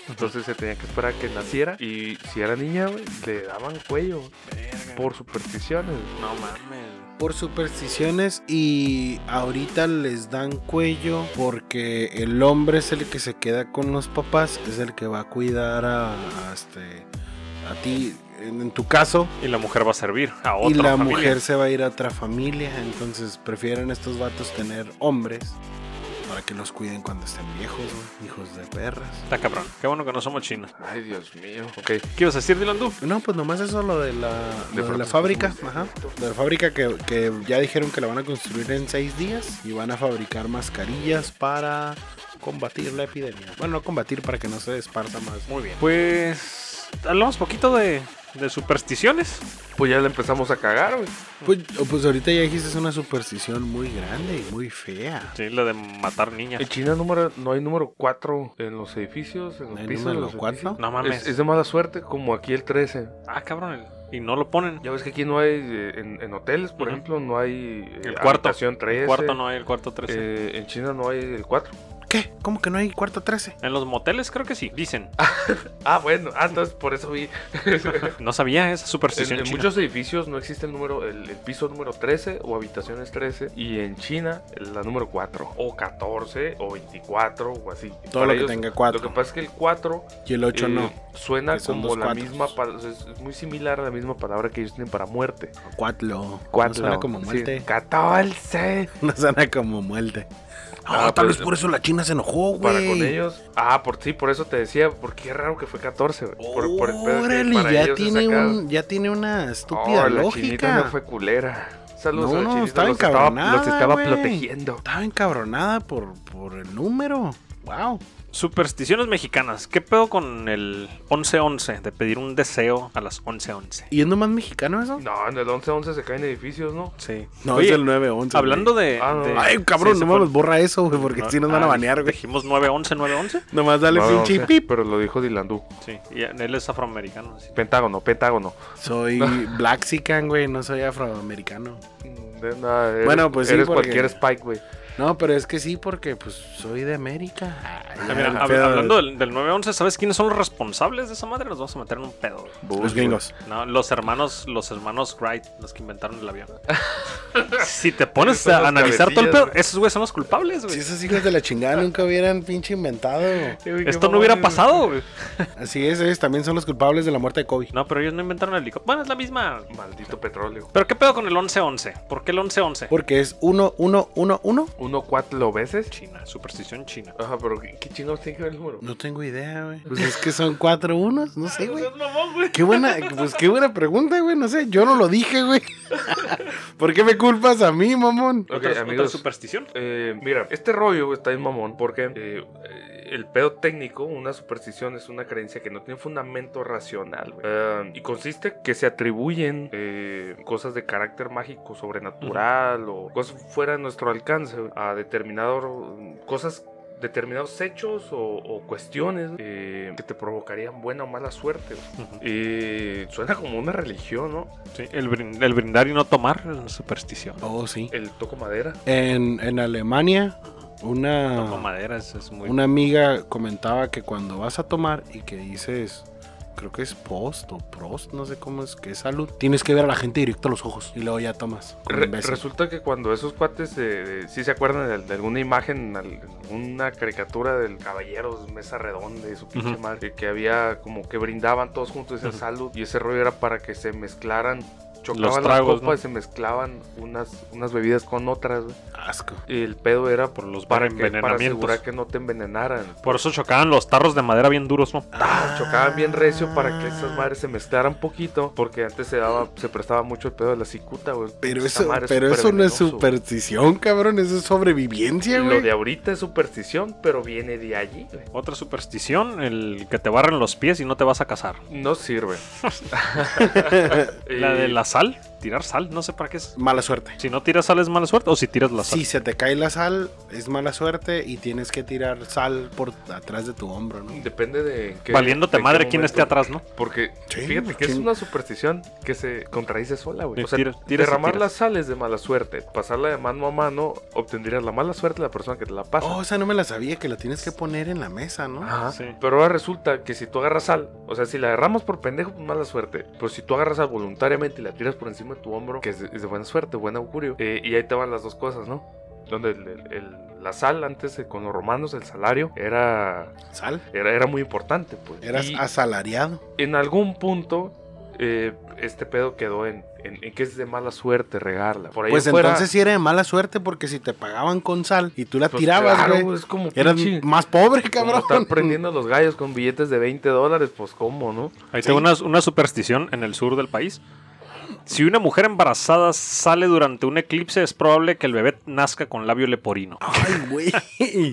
[SPEAKER 4] Entonces se tenía que esperar a que naciera. Y si era niña, güey, le daban cuello por supersticiones.
[SPEAKER 3] No mames.
[SPEAKER 5] Por supersticiones y ahorita les dan cuello porque el hombre es el que se queda con los papás, es el que va a cuidar a, a este, a ti, en, en tu caso,
[SPEAKER 3] Y la mujer va a servir a
[SPEAKER 5] y
[SPEAKER 3] otra
[SPEAKER 5] la
[SPEAKER 3] familia.
[SPEAKER 5] mujer se va a ir a otra familia, entonces prefieren estos vatos tener hombres para que los cuiden cuando estén viejos, güey, hijos de perras.
[SPEAKER 3] Está cabrón. Qué bueno que no somos chinos.
[SPEAKER 4] Ay, Dios mío. Ok.
[SPEAKER 3] ¿Qué ibas a decir, Dylan Du?
[SPEAKER 5] No, pues nomás eso lo de la,
[SPEAKER 4] De
[SPEAKER 5] lo de la
[SPEAKER 4] pronto.
[SPEAKER 5] fábrica. Ajá. De la fábrica que, que ya dijeron que la van a construir en seis días y van a fabricar mascarillas para combatir la epidemia. Bueno, no combatir para que no se esparza más.
[SPEAKER 3] Muy bien. Pues hablamos poquito de, de supersticiones.
[SPEAKER 4] Pues ya le empezamos a cagar, güey.
[SPEAKER 5] Pues, pues ahorita ya dijiste es una superstición muy grande y muy fea.
[SPEAKER 3] Sí, la de matar niñas.
[SPEAKER 4] En China número, no hay número 4 en los edificios, en los
[SPEAKER 5] ¿No hay
[SPEAKER 4] pisos.
[SPEAKER 5] número
[SPEAKER 4] en los
[SPEAKER 5] cuatro?
[SPEAKER 4] edificios.
[SPEAKER 3] No mames.
[SPEAKER 4] Es, es de mala suerte, como aquí el 13.
[SPEAKER 3] Ah, cabrón. el- Y no lo ponen.
[SPEAKER 4] Ya ves que aquí no hay, eh, en, en hoteles, por
[SPEAKER 3] Ujú.
[SPEAKER 4] ejemplo, no hay eh,
[SPEAKER 3] El cuarto.
[SPEAKER 4] habitación 13.
[SPEAKER 3] El cuarto no hay, el cuarto 13.
[SPEAKER 4] Eh, en China no hay el 4.
[SPEAKER 5] ¿Qué? ¿Cómo que no hay cuarto 13?
[SPEAKER 3] En los moteles creo que sí, dicen.
[SPEAKER 4] Ah, bueno, ah, entonces por eso vi.
[SPEAKER 3] No sabía esa
[SPEAKER 4] En,
[SPEAKER 3] superstición
[SPEAKER 4] en
[SPEAKER 3] china.
[SPEAKER 4] muchos edificios no existe el número, el, el piso número 13 o habitaciones 13. Y en China, la número 4, o 14, o 24, o así.
[SPEAKER 5] Todo
[SPEAKER 4] Para
[SPEAKER 5] lo que
[SPEAKER 4] ellos,
[SPEAKER 5] tenga
[SPEAKER 4] Lo que
[SPEAKER 5] 4.
[SPEAKER 4] pasa es que el 4
[SPEAKER 5] Y el 8
[SPEAKER 4] eh,
[SPEAKER 5] no.
[SPEAKER 4] Suena
[SPEAKER 5] que son
[SPEAKER 4] como
[SPEAKER 5] dos
[SPEAKER 4] la
[SPEAKER 5] cuatros.
[SPEAKER 4] misma, pa- o sea, es es muy similar a la misma palabra que ellos tienen para muerte.
[SPEAKER 5] Cuatlo. No
[SPEAKER 4] Cuatro.
[SPEAKER 5] suena como
[SPEAKER 4] Sí,
[SPEAKER 5] muerte.
[SPEAKER 4] 14.
[SPEAKER 5] No suena como muerte.
[SPEAKER 4] Ah,
[SPEAKER 5] Ah, tal
[SPEAKER 4] pero-
[SPEAKER 5] vez por eso la China se enojó, güey.
[SPEAKER 4] Para con ellos. Ah, por sí, por eso te decía, porque qué raro que fue 14. güey. Por, por el pedo que
[SPEAKER 5] Órale,
[SPEAKER 4] para
[SPEAKER 5] ya
[SPEAKER 4] ellos es
[SPEAKER 5] tiene,
[SPEAKER 4] acá.
[SPEAKER 5] un, ya tiene una
[SPEAKER 4] Oh,
[SPEAKER 5] estúpida
[SPEAKER 4] La chinita
[SPEAKER 5] lógica.
[SPEAKER 4] no fue culera. Saludos
[SPEAKER 5] No,
[SPEAKER 4] a la
[SPEAKER 5] no,
[SPEAKER 4] chinita,
[SPEAKER 5] estaba
[SPEAKER 4] los estaba,
[SPEAKER 5] encabronada,
[SPEAKER 4] los estaba
[SPEAKER 5] güey.
[SPEAKER 4] protegiendo.
[SPEAKER 5] Estaba encabronada por, por el número. Wow.
[SPEAKER 3] Supersticiones mexicanas. ¿Qué pedo con el 11-11 de pedir un deseo a las 11-11?
[SPEAKER 5] ¿Y es nomás mexicano eso?
[SPEAKER 4] No, en el 11-11 se caen edificios, ¿no?
[SPEAKER 3] Sí.
[SPEAKER 5] No,
[SPEAKER 3] Oye,
[SPEAKER 5] es el 911.
[SPEAKER 3] Hablando de.
[SPEAKER 4] Ah, no.
[SPEAKER 3] de-
[SPEAKER 5] Ay, cabrón,
[SPEAKER 3] sí, se
[SPEAKER 5] no
[SPEAKER 3] fue-
[SPEAKER 5] mames, borra eso, güey, porque
[SPEAKER 3] No,
[SPEAKER 5] si nos van a
[SPEAKER 3] ah,
[SPEAKER 5] banear, güey.
[SPEAKER 3] Dijimos 9-11, 9-11.
[SPEAKER 5] Nomás dale
[SPEAKER 4] No, no,
[SPEAKER 5] pinche
[SPEAKER 4] sé,
[SPEAKER 5] pip.
[SPEAKER 4] Pero lo dijo Dilandú.
[SPEAKER 3] Sí, y él es afroamericano. así.
[SPEAKER 4] Pentágono, Pentágono.
[SPEAKER 5] Soy Black güey, no soy afroamericano.
[SPEAKER 4] Mm, de nada, eres-
[SPEAKER 5] Bueno, pues sí,
[SPEAKER 4] Eres
[SPEAKER 5] porque-
[SPEAKER 4] cualquier Spike, güey.
[SPEAKER 5] No, pero es que sí, porque pues soy de América. Ay,
[SPEAKER 3] Ah, mira,
[SPEAKER 5] el
[SPEAKER 3] hab-
[SPEAKER 5] pedo.
[SPEAKER 3] hablando del, del 911, ¿sabes quiénes son los responsables de esa madre? Los vamos a meter en un pedo. güey.
[SPEAKER 5] Los gringos.
[SPEAKER 3] No, los hermanos, los hermanos Wright, los que inventaron el avión. si te pones a
[SPEAKER 4] los
[SPEAKER 3] analizar todo el
[SPEAKER 4] cabecillas,
[SPEAKER 3] pedo, esos güeyes son los culpables, güey.
[SPEAKER 5] Si esos hijos de la chingada nunca hubieran pinche inventado.
[SPEAKER 3] Esto no hubiera pasado, güey.
[SPEAKER 5] Así es, ellos también son los culpables de la muerte de Kobe.
[SPEAKER 3] No, pero ellos no inventaron el helicóptero. Bueno, es la misma.
[SPEAKER 4] Maldito petróleo.
[SPEAKER 3] Pero qué pedo con el 1111? ¿Por qué el 1111?
[SPEAKER 5] Porque es uno, uno, uno, uno.
[SPEAKER 4] ¿Uno cuatro veces?
[SPEAKER 3] China, superstición china.
[SPEAKER 4] Ajá, pero ¿qué, qué chingados tiene que ver el número?
[SPEAKER 5] No tengo idea, güey. Pues es que son cuatro unos, no sé, güey.
[SPEAKER 3] Pues es mamón, güey.
[SPEAKER 5] Qué buena, pues qué buena pregunta, güey. No sé, yo no lo dije, güey. ¿Por qué me culpas a mí, mamón?
[SPEAKER 4] Ok,
[SPEAKER 3] Otra- otra
[SPEAKER 4] amigos.
[SPEAKER 3] superstición.
[SPEAKER 4] Eh, mira, este rollo está bien mamón porque eh, eh, el pedo técnico, una superstición, es una creencia que no tiene fundamento racional. güey. Eh, y consiste que se atribuyen eh, cosas de carácter mágico, sobrenatural o cosas fuera de nuestro alcance güey, a determinado cosas determinados hechos o, o cuestiones eh, que te provocarían buena o mala suerte. güey. Eh, suena como una religión, ¿no?
[SPEAKER 3] Sí, el, brin- el brindar y no tomar es una superstición.
[SPEAKER 5] Oh, sí.
[SPEAKER 4] El toco madera.
[SPEAKER 5] En, en Alemania,
[SPEAKER 3] Toco
[SPEAKER 5] una,
[SPEAKER 3] madera, eso es muy.
[SPEAKER 5] una amiga comentaba que cuando vas a tomar y que dices, creo que es post o prost, no sé cómo es, que es salud, tienes que ver a la gente directo a los ojos y luego ya tomas. como
[SPEAKER 4] Re-
[SPEAKER 5] imbécil.
[SPEAKER 4] resulta que cuando esos cuates eh, eh, sí se acuerdan de, de alguna imagen, al- alguna caricatura del Caballeros Mesa Redonda y su pinche
[SPEAKER 3] Ujú.
[SPEAKER 4] madre, que, que había como que brindaban todos juntos y decían
[SPEAKER 3] Ujú.
[SPEAKER 4] salud, y ese rollo era para que se mezclaran. Chocaban
[SPEAKER 3] Los tragos,
[SPEAKER 4] las copas
[SPEAKER 3] ¿no?
[SPEAKER 4] y se mezclaban unas, unas bebidas con otras. güey.
[SPEAKER 5] Asco.
[SPEAKER 4] Y el pedo era
[SPEAKER 3] Por los
[SPEAKER 4] para, que, para
[SPEAKER 3] envenenamientos.
[SPEAKER 4] asegurar que no te envenenaran.
[SPEAKER 3] Por eso chocaban los tarros de madera bien duros, ¿no?
[SPEAKER 4] Ah, chocaban bien recio para que esas madres se mezclaran poquito. Porque antes se daba, se prestaba mucho el pedo de la cicuta, güey.
[SPEAKER 5] Pero
[SPEAKER 4] Esa
[SPEAKER 5] eso,
[SPEAKER 4] madre es
[SPEAKER 5] pero eso no es
[SPEAKER 4] supervenenoso, güey.
[SPEAKER 5] superstición, cabrón, eso es sobrevivencia,
[SPEAKER 4] Lo de
[SPEAKER 5] güey.
[SPEAKER 4] ahorita es superstición, pero viene de allí. güey.
[SPEAKER 3] Otra superstición, el que te barren los pies y no te vas a casar.
[SPEAKER 4] No sirve. Eh.
[SPEAKER 3] La de la sal, tirar sal, no sé para qué es.
[SPEAKER 5] Mala suerte.
[SPEAKER 3] Si no tiras sal es mala suerte o si tiras la sal.
[SPEAKER 5] Si se te cae la sal, es mala suerte y tienes que tirar sal por atrás de tu hombro, ¿no?
[SPEAKER 4] Depende de. en qué-
[SPEAKER 3] Valiéndote
[SPEAKER 4] de qué
[SPEAKER 3] madre quién
[SPEAKER 4] momento.
[SPEAKER 3] esté atrás, ¿no?
[SPEAKER 4] Porque
[SPEAKER 5] Sí,
[SPEAKER 4] fíjate que es
[SPEAKER 5] sí.
[SPEAKER 4] una superstición que se contradice sola, güey.
[SPEAKER 3] Sí,
[SPEAKER 4] O sea,
[SPEAKER 3] tiras- tiras y
[SPEAKER 4] derramar
[SPEAKER 3] tiras.
[SPEAKER 4] las sales de mala suerte, pasarla de mano a mano, obtendrías la mala suerte de la persona que te la pasa. Ah.
[SPEAKER 5] Oh, esa no me la sabía, que la tienes que poner en la mesa, ¿no?
[SPEAKER 4] Ajá.
[SPEAKER 3] Sí.
[SPEAKER 4] Pero ahora resulta que si tú agarras sal, o sea, si la agarramos por pendejo, pues mala suerte. Pero si tú agarras sal voluntariamente y la tiras por encima de tu hombro, que es de, es de buena suerte, buen augurio. eh, y ahí te van las dos cosas, ¿no? Donde el- el- el- la sal antes eh, con los romanos, el salario, era,
[SPEAKER 5] Sal.
[SPEAKER 4] era, era muy importante. Pues.
[SPEAKER 5] Eras
[SPEAKER 4] Y
[SPEAKER 5] asalariado.
[SPEAKER 4] en algún punto... eh, este pedo quedó en, en, en que es de mala suerte regarla. Por ahí
[SPEAKER 5] Pues
[SPEAKER 4] fuera,
[SPEAKER 5] entonces sí era de mala suerte porque si te pagaban con sal y tú la
[SPEAKER 4] pues,
[SPEAKER 5] tirabas,
[SPEAKER 4] claro,
[SPEAKER 5] güey,
[SPEAKER 4] es como
[SPEAKER 5] eras
[SPEAKER 4] pinche-
[SPEAKER 5] más pobre,
[SPEAKER 4] como
[SPEAKER 5] cabrón.
[SPEAKER 4] estar prendiendo los gallos con billetes de 20 dólares, pues cómo, ¿no?
[SPEAKER 3] Ahí tengo una, una superstición en el sur del país. Si una mujer embarazada sale durante un eclipse, es probable que el bebé nazca con labio leporino.
[SPEAKER 5] Ay, güey.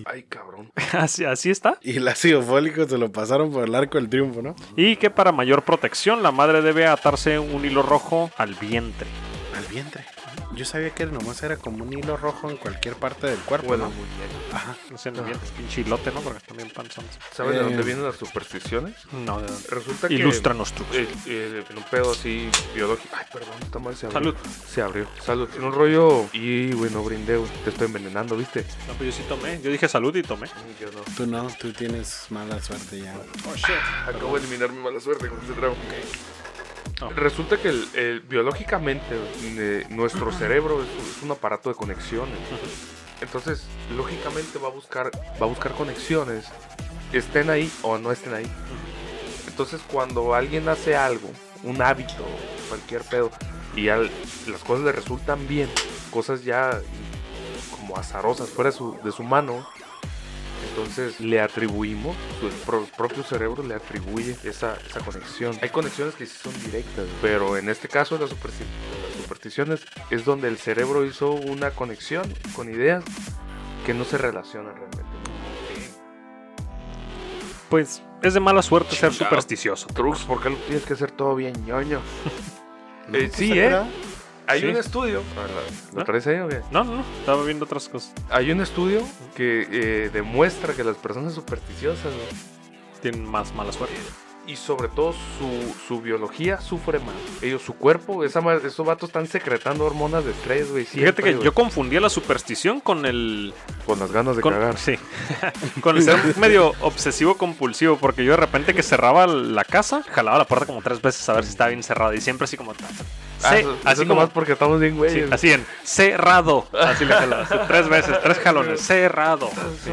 [SPEAKER 4] Ay, cabrón.
[SPEAKER 3] Así, así está.
[SPEAKER 5] Y el ácido fólico se lo pasaron por el arco del triunfo, ¿no?
[SPEAKER 3] Y que para mayor protección, la madre debe atarse un hilo rojo al vientre.
[SPEAKER 5] Al vientre. Yo sabía que nomás era como un hilo rojo en cualquier parte del cuerpo.
[SPEAKER 4] Bueno,
[SPEAKER 5] ¿no?
[SPEAKER 4] muy bien.
[SPEAKER 5] Ajá.
[SPEAKER 3] No sé, en el vientre es pinche hilote, ¿no? Porque también panzones.
[SPEAKER 4] ¿Sabes
[SPEAKER 5] Eh,
[SPEAKER 4] de dónde vienen las supersticiones?
[SPEAKER 3] No, de dónde.
[SPEAKER 4] Resulta que.
[SPEAKER 3] Ilústranos tú.
[SPEAKER 4] eh, eh, en un pedo así biológico. Ay, perdón, está mal, se abrió.
[SPEAKER 3] Salud.
[SPEAKER 4] Se abrió. Salud. En un rollo. Y, güey, no brindé, güey. Te estoy envenenando, ¿viste?
[SPEAKER 3] No, pues yo sí tomé. Yo dije salud y tomé.
[SPEAKER 4] Yo no.
[SPEAKER 5] Tú no, tú tienes mala suerte ya.
[SPEAKER 3] Oh,
[SPEAKER 4] Acabo de eliminar mi mala suerte con ese trago.
[SPEAKER 3] Ah.
[SPEAKER 4] Resulta que el- el- biológicamente güey, eh, nuestro cerebro es, es un aparato de conexiones. Entonces, lógicamente va a buscar, va a buscar conexiones, estén ahí o no estén ahí. Entonces, cuando alguien hace algo, un hábito, cualquier pedo, y al- las cosas le resultan bien, cosas ya como azarosas fuera de su, de su mano, entonces le atribuimos, su el pro- propio cerebro le atribuye esa, esa conexión. Hay conexiones que sí son directas, pero en este caso las, supersti- las supersticiones es donde el cerebro hizo una conexión con ideas que no se relacionan realmente.
[SPEAKER 3] Pues es de mala suerte ser
[SPEAKER 4] Chingado.
[SPEAKER 3] supersticioso.
[SPEAKER 4] Trux, ¿por qué lo tienes que hacer todo bien ñoño?
[SPEAKER 5] No,
[SPEAKER 4] Eh, sí,
[SPEAKER 5] pues,
[SPEAKER 4] ¿eh?
[SPEAKER 5] ¿verdad?
[SPEAKER 4] Hay
[SPEAKER 3] Sí.
[SPEAKER 4] un estudio. Ah, ¿Lo
[SPEAKER 3] ¿No?
[SPEAKER 4] traes ahí o qué?
[SPEAKER 3] No, no, no. Estaba viendo otras cosas.
[SPEAKER 4] Hay un estudio que eh, demuestra que las personas supersticiosas güey,
[SPEAKER 3] Tienen más mala suerte.
[SPEAKER 4] y sobre todo su, su biología sufre más. Ellos, su cuerpo, esa, ma- esos vatos están secretando hormonas de estrés, güey.
[SPEAKER 3] Fíjate
[SPEAKER 4] siempre,
[SPEAKER 3] que
[SPEAKER 4] güey,
[SPEAKER 3] yo confundía la superstición con el
[SPEAKER 4] Con las ganas de
[SPEAKER 3] con,
[SPEAKER 4] cagar.
[SPEAKER 3] sí. Con el ser medio obsesivo compulsivo, porque yo de repente que cerraba la casa, jalaba la puerta como tres veces a ver si estaba bien cerrada y siempre así como ta- ta-
[SPEAKER 4] Ah,
[SPEAKER 3] se-
[SPEAKER 4] eso- eso
[SPEAKER 3] así como
[SPEAKER 4] nomás porque estamos bien, güey.
[SPEAKER 3] sí, así en cerrado, así le jalaba así, tres veces, tres jalones, cerrado. Sí.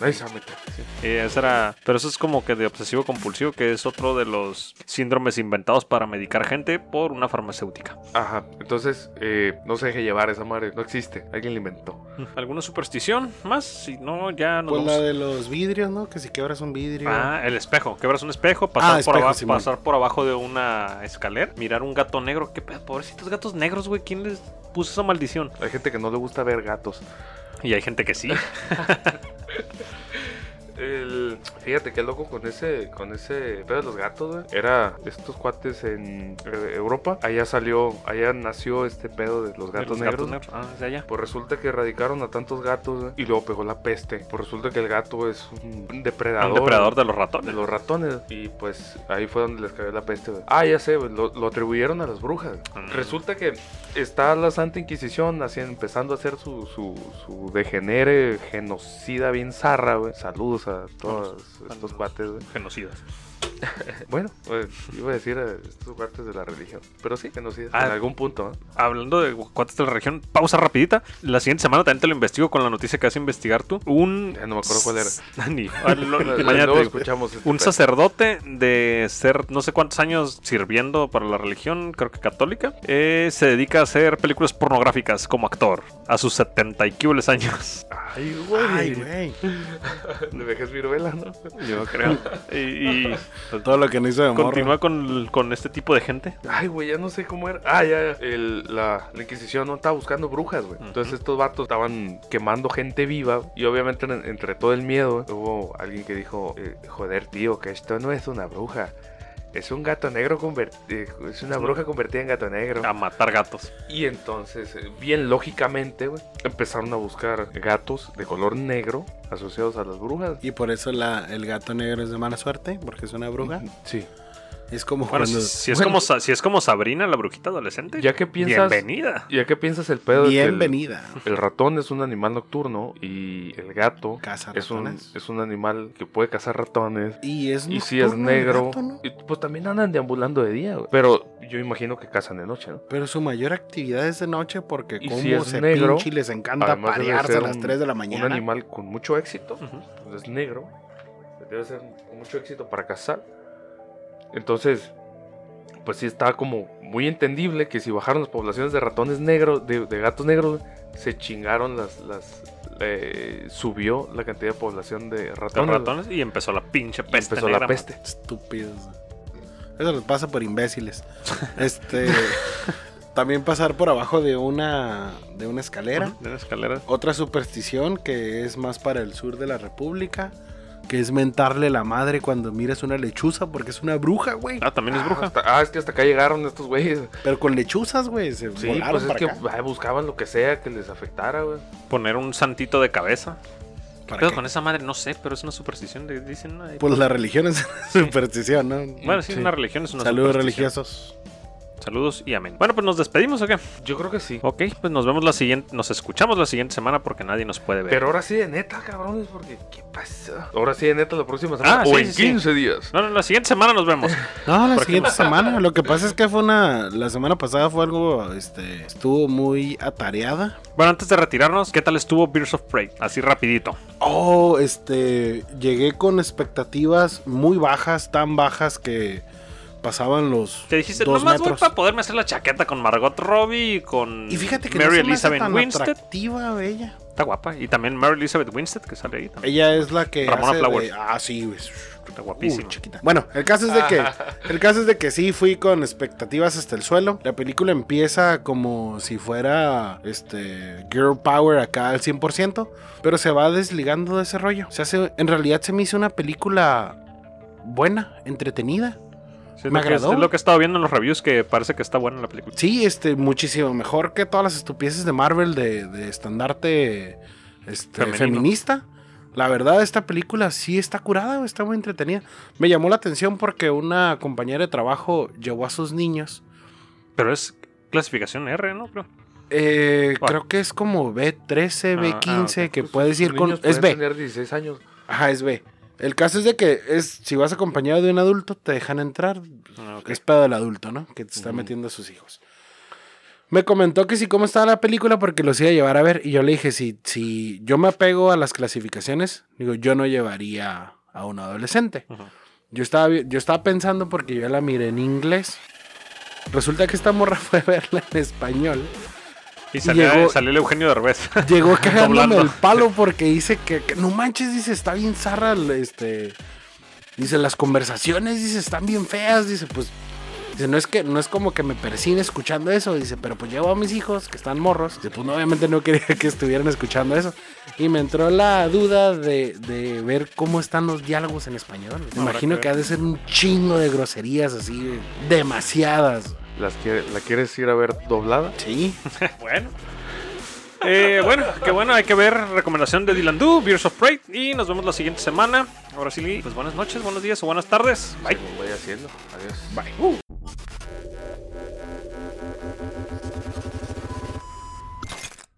[SPEAKER 4] Ahí se va a meter. Sí.
[SPEAKER 3] Y esa era, pero eso es como que de obsesivo compulsivo, que es otro de los síndromes inventados para medicar gente por una farmacéutica.
[SPEAKER 4] Ajá, entonces eh, no se deje llevar esa madre, no existe, alguien la inventó.
[SPEAKER 3] ¿Alguna superstición más? Si no, ya nos
[SPEAKER 5] Pues la
[SPEAKER 3] vamos.
[SPEAKER 5] de los vidrios, ¿no? Que si quebras un vidrio.
[SPEAKER 3] Ah, el espejo. Quebras un espejo, pasar, por,
[SPEAKER 5] Ah, espejo,
[SPEAKER 3] aba-
[SPEAKER 5] Simón.
[SPEAKER 3] pasar por abajo de una escalera, mirar un gato negro. ¿Qué pedo? Pobrecitos gatos negros, güey. ¿Quién les puso esa maldición?
[SPEAKER 4] Hay gente que no le gusta ver gatos.
[SPEAKER 3] Y hay gente que sí.
[SPEAKER 4] El- Fíjate qué loco con ese, con ese pedo de los gatos, güey. Era estos cuates en eh, Europa. Allá salió, allá nació este pedo de los
[SPEAKER 3] Los
[SPEAKER 4] gatos negros.
[SPEAKER 3] Ah, es de allá.
[SPEAKER 4] Pues resulta que erradicaron a tantos gatos güey, y luego pegó la peste. Pues resulta que el gato es un depredador.
[SPEAKER 3] Un depredador de los
[SPEAKER 4] de
[SPEAKER 3] ratones.
[SPEAKER 4] los ratones. Y pues ahí fue donde les cayó la peste. güey. Ah, ya sé, güey, lo, lo atribuyeron a las brujas.
[SPEAKER 3] Mm.
[SPEAKER 4] Resulta que está la Santa Inquisición así, empezando a hacer su, su, su degenere genocida bien zarra, güey. Saludos a todos estos
[SPEAKER 3] Saludos.
[SPEAKER 4] cuates, güey.
[SPEAKER 3] Genocidas.
[SPEAKER 4] Bueno, güey, iba a decir a estos cuates de la religión. Pero sí, genocida.
[SPEAKER 3] Ah.
[SPEAKER 4] En algún punto, ¿eh?
[SPEAKER 3] Hablando de cuates de la región, pausa rapidita. La siguiente semana también te lo investigo con la noticia que vas a investigar tú. Un...
[SPEAKER 4] Ya no me acuerdo cuál era.
[SPEAKER 3] Ni- Ah, lo- mañana te
[SPEAKER 4] Luego
[SPEAKER 3] digo.
[SPEAKER 4] escuchamos este
[SPEAKER 3] Un
[SPEAKER 4] pedo.
[SPEAKER 3] sacerdote de ser no sé cuántos años sirviendo para la religión, creo que católica, eh, se dedica a hacer películas pornográficas como actor a sus 70 y cubles años.
[SPEAKER 4] Ay, güey.
[SPEAKER 5] Ay, güey.
[SPEAKER 4] De vejez viruela, ¿no?
[SPEAKER 3] Yo creo. Y, y
[SPEAKER 5] Todo lo que no hizo de morro.
[SPEAKER 3] continúa con, con este tipo de gente.
[SPEAKER 4] Ay, güey, ya no sé cómo era. Ah, ya, ya. El- la, la Inquisición no estaba buscando brujas, güey. Entonces estos vatos estaban quemando gente viva. Y obviamente en- entre todo el miedo, hubo alguien que dijo, eh, joder, tío, que esto no es una bruja. Es un gato negro convertido. Es una bruja convertida en gato negro.
[SPEAKER 5] Ah.
[SPEAKER 3] A matar gatos.
[SPEAKER 4] Y entonces, eh, bien lógicamente, güey, empezaron a buscar gatos de color negro asociados a las brujas.
[SPEAKER 5] Y por eso la, el gato negro es de mala suerte, porque es una bruja.
[SPEAKER 4] Sí.
[SPEAKER 5] Es como
[SPEAKER 3] Bueno, si,
[SPEAKER 5] cuando...
[SPEAKER 3] si es como, Sa- si es como Sabrina, la brujita adolescente.
[SPEAKER 4] Ya que piensas.
[SPEAKER 3] Bienvenida.
[SPEAKER 4] Ya que piensas el pedo. de que el-
[SPEAKER 5] Bienvenida.
[SPEAKER 4] El ratón es un animal nocturno y el gato
[SPEAKER 5] Caza
[SPEAKER 4] es un,
[SPEAKER 5] ratones.
[SPEAKER 4] es un animal que puede cazar ratones.
[SPEAKER 5] Y es
[SPEAKER 4] Y si es
[SPEAKER 5] nocturno el
[SPEAKER 4] negro,
[SPEAKER 5] gato, ¿no?
[SPEAKER 4] y, pues también andan deambulando de día, güey. Pero yo imagino que cazan de noche, ¿no?
[SPEAKER 5] Pero su mayor actividad es de noche porque
[SPEAKER 4] Y
[SPEAKER 5] como
[SPEAKER 4] si es
[SPEAKER 5] se
[SPEAKER 4] negro,
[SPEAKER 5] pinche y les encanta
[SPEAKER 4] además debe
[SPEAKER 5] parearse
[SPEAKER 4] ser
[SPEAKER 5] a las
[SPEAKER 4] un-
[SPEAKER 5] 3 de la
[SPEAKER 4] Un
[SPEAKER 5] mañana.
[SPEAKER 4] animal con mucho éxito,
[SPEAKER 3] Ujú.
[SPEAKER 4] pues es negro, debe ser con mucho éxito para cazar. Entonces, pues sí está como muy entendible que si bajaron las poblaciones de ratones negros, de, de gatos negros, se chingaron las... las eh, subió la cantidad de población de
[SPEAKER 3] Los
[SPEAKER 4] ratones.
[SPEAKER 3] ratones y empezó la pinche
[SPEAKER 4] Y
[SPEAKER 3] peste.
[SPEAKER 4] empezó
[SPEAKER 3] negra.
[SPEAKER 4] la peste.
[SPEAKER 5] Estúpidos. Eso les pasa por imbéciles. este... También pasar por abajo de una, de una escalera.
[SPEAKER 3] Ujú, De la escalera.
[SPEAKER 5] Otra superstición que es más para el sur de la República, que es mentarle la madre cuando miras una lechuza, porque es una bruja, güey.
[SPEAKER 3] Ah, también es bruja.
[SPEAKER 4] Hasta- ah, es que hasta acá llegaron estos güeyes.
[SPEAKER 5] Pero con lechuzas, güey, se
[SPEAKER 4] Sí,
[SPEAKER 5] volaron
[SPEAKER 4] pues es
[SPEAKER 5] para
[SPEAKER 4] que
[SPEAKER 5] acá.
[SPEAKER 4] ay, buscaban lo que sea que les afectara, güey.
[SPEAKER 3] Poner un santito de cabeza.
[SPEAKER 5] ¿Para
[SPEAKER 3] Pero
[SPEAKER 5] qué?
[SPEAKER 3] con esa madre no sé, pero es una superstición. de- Dicen. ay,
[SPEAKER 5] Pues la religión es una superstición, ¿no?
[SPEAKER 3] Bueno, sí, una religión es una
[SPEAKER 5] Saludos
[SPEAKER 3] superstición.
[SPEAKER 5] religiosos.
[SPEAKER 3] Saludos y amén. Bueno, pues nos despedimos, ¿o qué?
[SPEAKER 4] Yo creo que sí.
[SPEAKER 3] Ok, pues nos vemos la siguiente, nos escuchamos la siguiente semana porque nadie nos puede ver.
[SPEAKER 4] Pero ahora sí de neta, cabrones, porque ¿qué pasa? Ahora sí de neta la próxima semana.
[SPEAKER 3] Ah,
[SPEAKER 4] o
[SPEAKER 3] sí,
[SPEAKER 4] en
[SPEAKER 3] sí, sí.
[SPEAKER 4] 15 días.
[SPEAKER 3] No, no, la siguiente semana nos vemos.
[SPEAKER 5] No, la siguiente semana. Lo que pasa es que fue una. La semana pasada fue algo. Este. Estuvo muy atareada.
[SPEAKER 3] bueno, antes de retirarnos, ¿qué tal estuvo Birds of Prey? Así rapidito.
[SPEAKER 5] Oh, este. Llegué con expectativas muy bajas, tan bajas que pasaban los.
[SPEAKER 3] Que dijiste,
[SPEAKER 5] dos
[SPEAKER 3] nomás voy
[SPEAKER 5] metros.
[SPEAKER 3] para poderme hacer la chaqueta con Margot Robbie y con
[SPEAKER 5] Y fíjate que
[SPEAKER 3] Mary
[SPEAKER 5] no se me hace
[SPEAKER 3] Elizabeth
[SPEAKER 5] tan
[SPEAKER 3] Winstead.
[SPEAKER 5] atractiva ella.
[SPEAKER 3] Está guapa. Y también Mary Elizabeth Winstead, que sale ahí también.
[SPEAKER 5] Ella es la que
[SPEAKER 3] Ramona
[SPEAKER 5] hace
[SPEAKER 3] Flowers.
[SPEAKER 5] de- ah, sí, güey.
[SPEAKER 3] Está
[SPEAKER 5] Uh,
[SPEAKER 3] guapísima.
[SPEAKER 5] chiquita. Bueno, el caso es de que el caso es de que sí fui con expectativas hasta el suelo. La película empieza como si fuera este girl power acá al 100%, pero se va desligando de ese rollo. Se hace en realidad se me hizo una película buena, entretenida.
[SPEAKER 3] Sí, es
[SPEAKER 5] me
[SPEAKER 3] lo que-
[SPEAKER 5] agradó.
[SPEAKER 3] Es lo que he estado viendo en los reviews que parece que está buena la película.
[SPEAKER 5] Sí, este muchísimo mejor que todas las estupideces de Marvel de, de estandarte este,
[SPEAKER 3] Femenino.
[SPEAKER 5] feminista. La verdad, esta película sí está curada, está muy entretenida. Me llamó la atención porque una compañera de trabajo llevó a sus niños.
[SPEAKER 3] Pero es clasificación R, ¿no? Creo.
[SPEAKER 5] Eh,
[SPEAKER 3] ¿Cuál?
[SPEAKER 5] creo que es como B13,
[SPEAKER 3] Ah,
[SPEAKER 5] B15,
[SPEAKER 3] ah, ok.
[SPEAKER 5] que
[SPEAKER 4] Pues,
[SPEAKER 5] puedes ir
[SPEAKER 4] los
[SPEAKER 5] con...
[SPEAKER 4] niños
[SPEAKER 5] Es
[SPEAKER 4] pueden
[SPEAKER 5] B.
[SPEAKER 4] tener 16 años.
[SPEAKER 5] Ajá, es B. El caso es de que es, si vas acompañado de un adulto, te dejan entrar.
[SPEAKER 3] Ah, ok.
[SPEAKER 5] Es pedo del adulto, ¿no? Que te está metiendo a sus hijos. Me comentó que sí, cómo estaba la película, porque los iba a llevar a ver. Y yo le dije, si, si yo me apego a las clasificaciones, digo, yo no llevaría a un adolescente.
[SPEAKER 3] Ajá.
[SPEAKER 5] Yo estaba, vi- yo estaba pensando porque yo la miré en inglés. Resulta que esta morra fue a verla en español.
[SPEAKER 3] Y salió,
[SPEAKER 5] llegó-
[SPEAKER 3] salió el Eugenio Derbez.
[SPEAKER 5] Llegó cagándome
[SPEAKER 3] Doblando.
[SPEAKER 5] el palo porque dice que, que- no manches, dice, está bien zarra, el, este, dice, las conversaciones, dice, están bien feas, dice, pues, dice, no es que, no es como que me persigue escuchando eso, dice, pero pues llevo a mis hijos que están morros, dice, pues no, obviamente no quería que estuvieran escuchando eso, y me entró la duda de, de ver cómo están los diálogos en español,
[SPEAKER 3] Habrá
[SPEAKER 5] me imagino
[SPEAKER 3] que
[SPEAKER 5] que ha de ser un chingo de groserías así, demasiadas,
[SPEAKER 4] Las quiere- ¿La quieres ir a ver doblada?
[SPEAKER 5] sí,
[SPEAKER 3] bueno. Eh, bueno, qué bueno, hay que ver recomendación de Dylan Du, Beers of Prey. Y nos vemos la siguiente semana. Ahora sí, pues buenas noches, buenos días o buenas tardes. Bye.
[SPEAKER 4] Según vaya haciendo. Adiós.
[SPEAKER 3] Uh.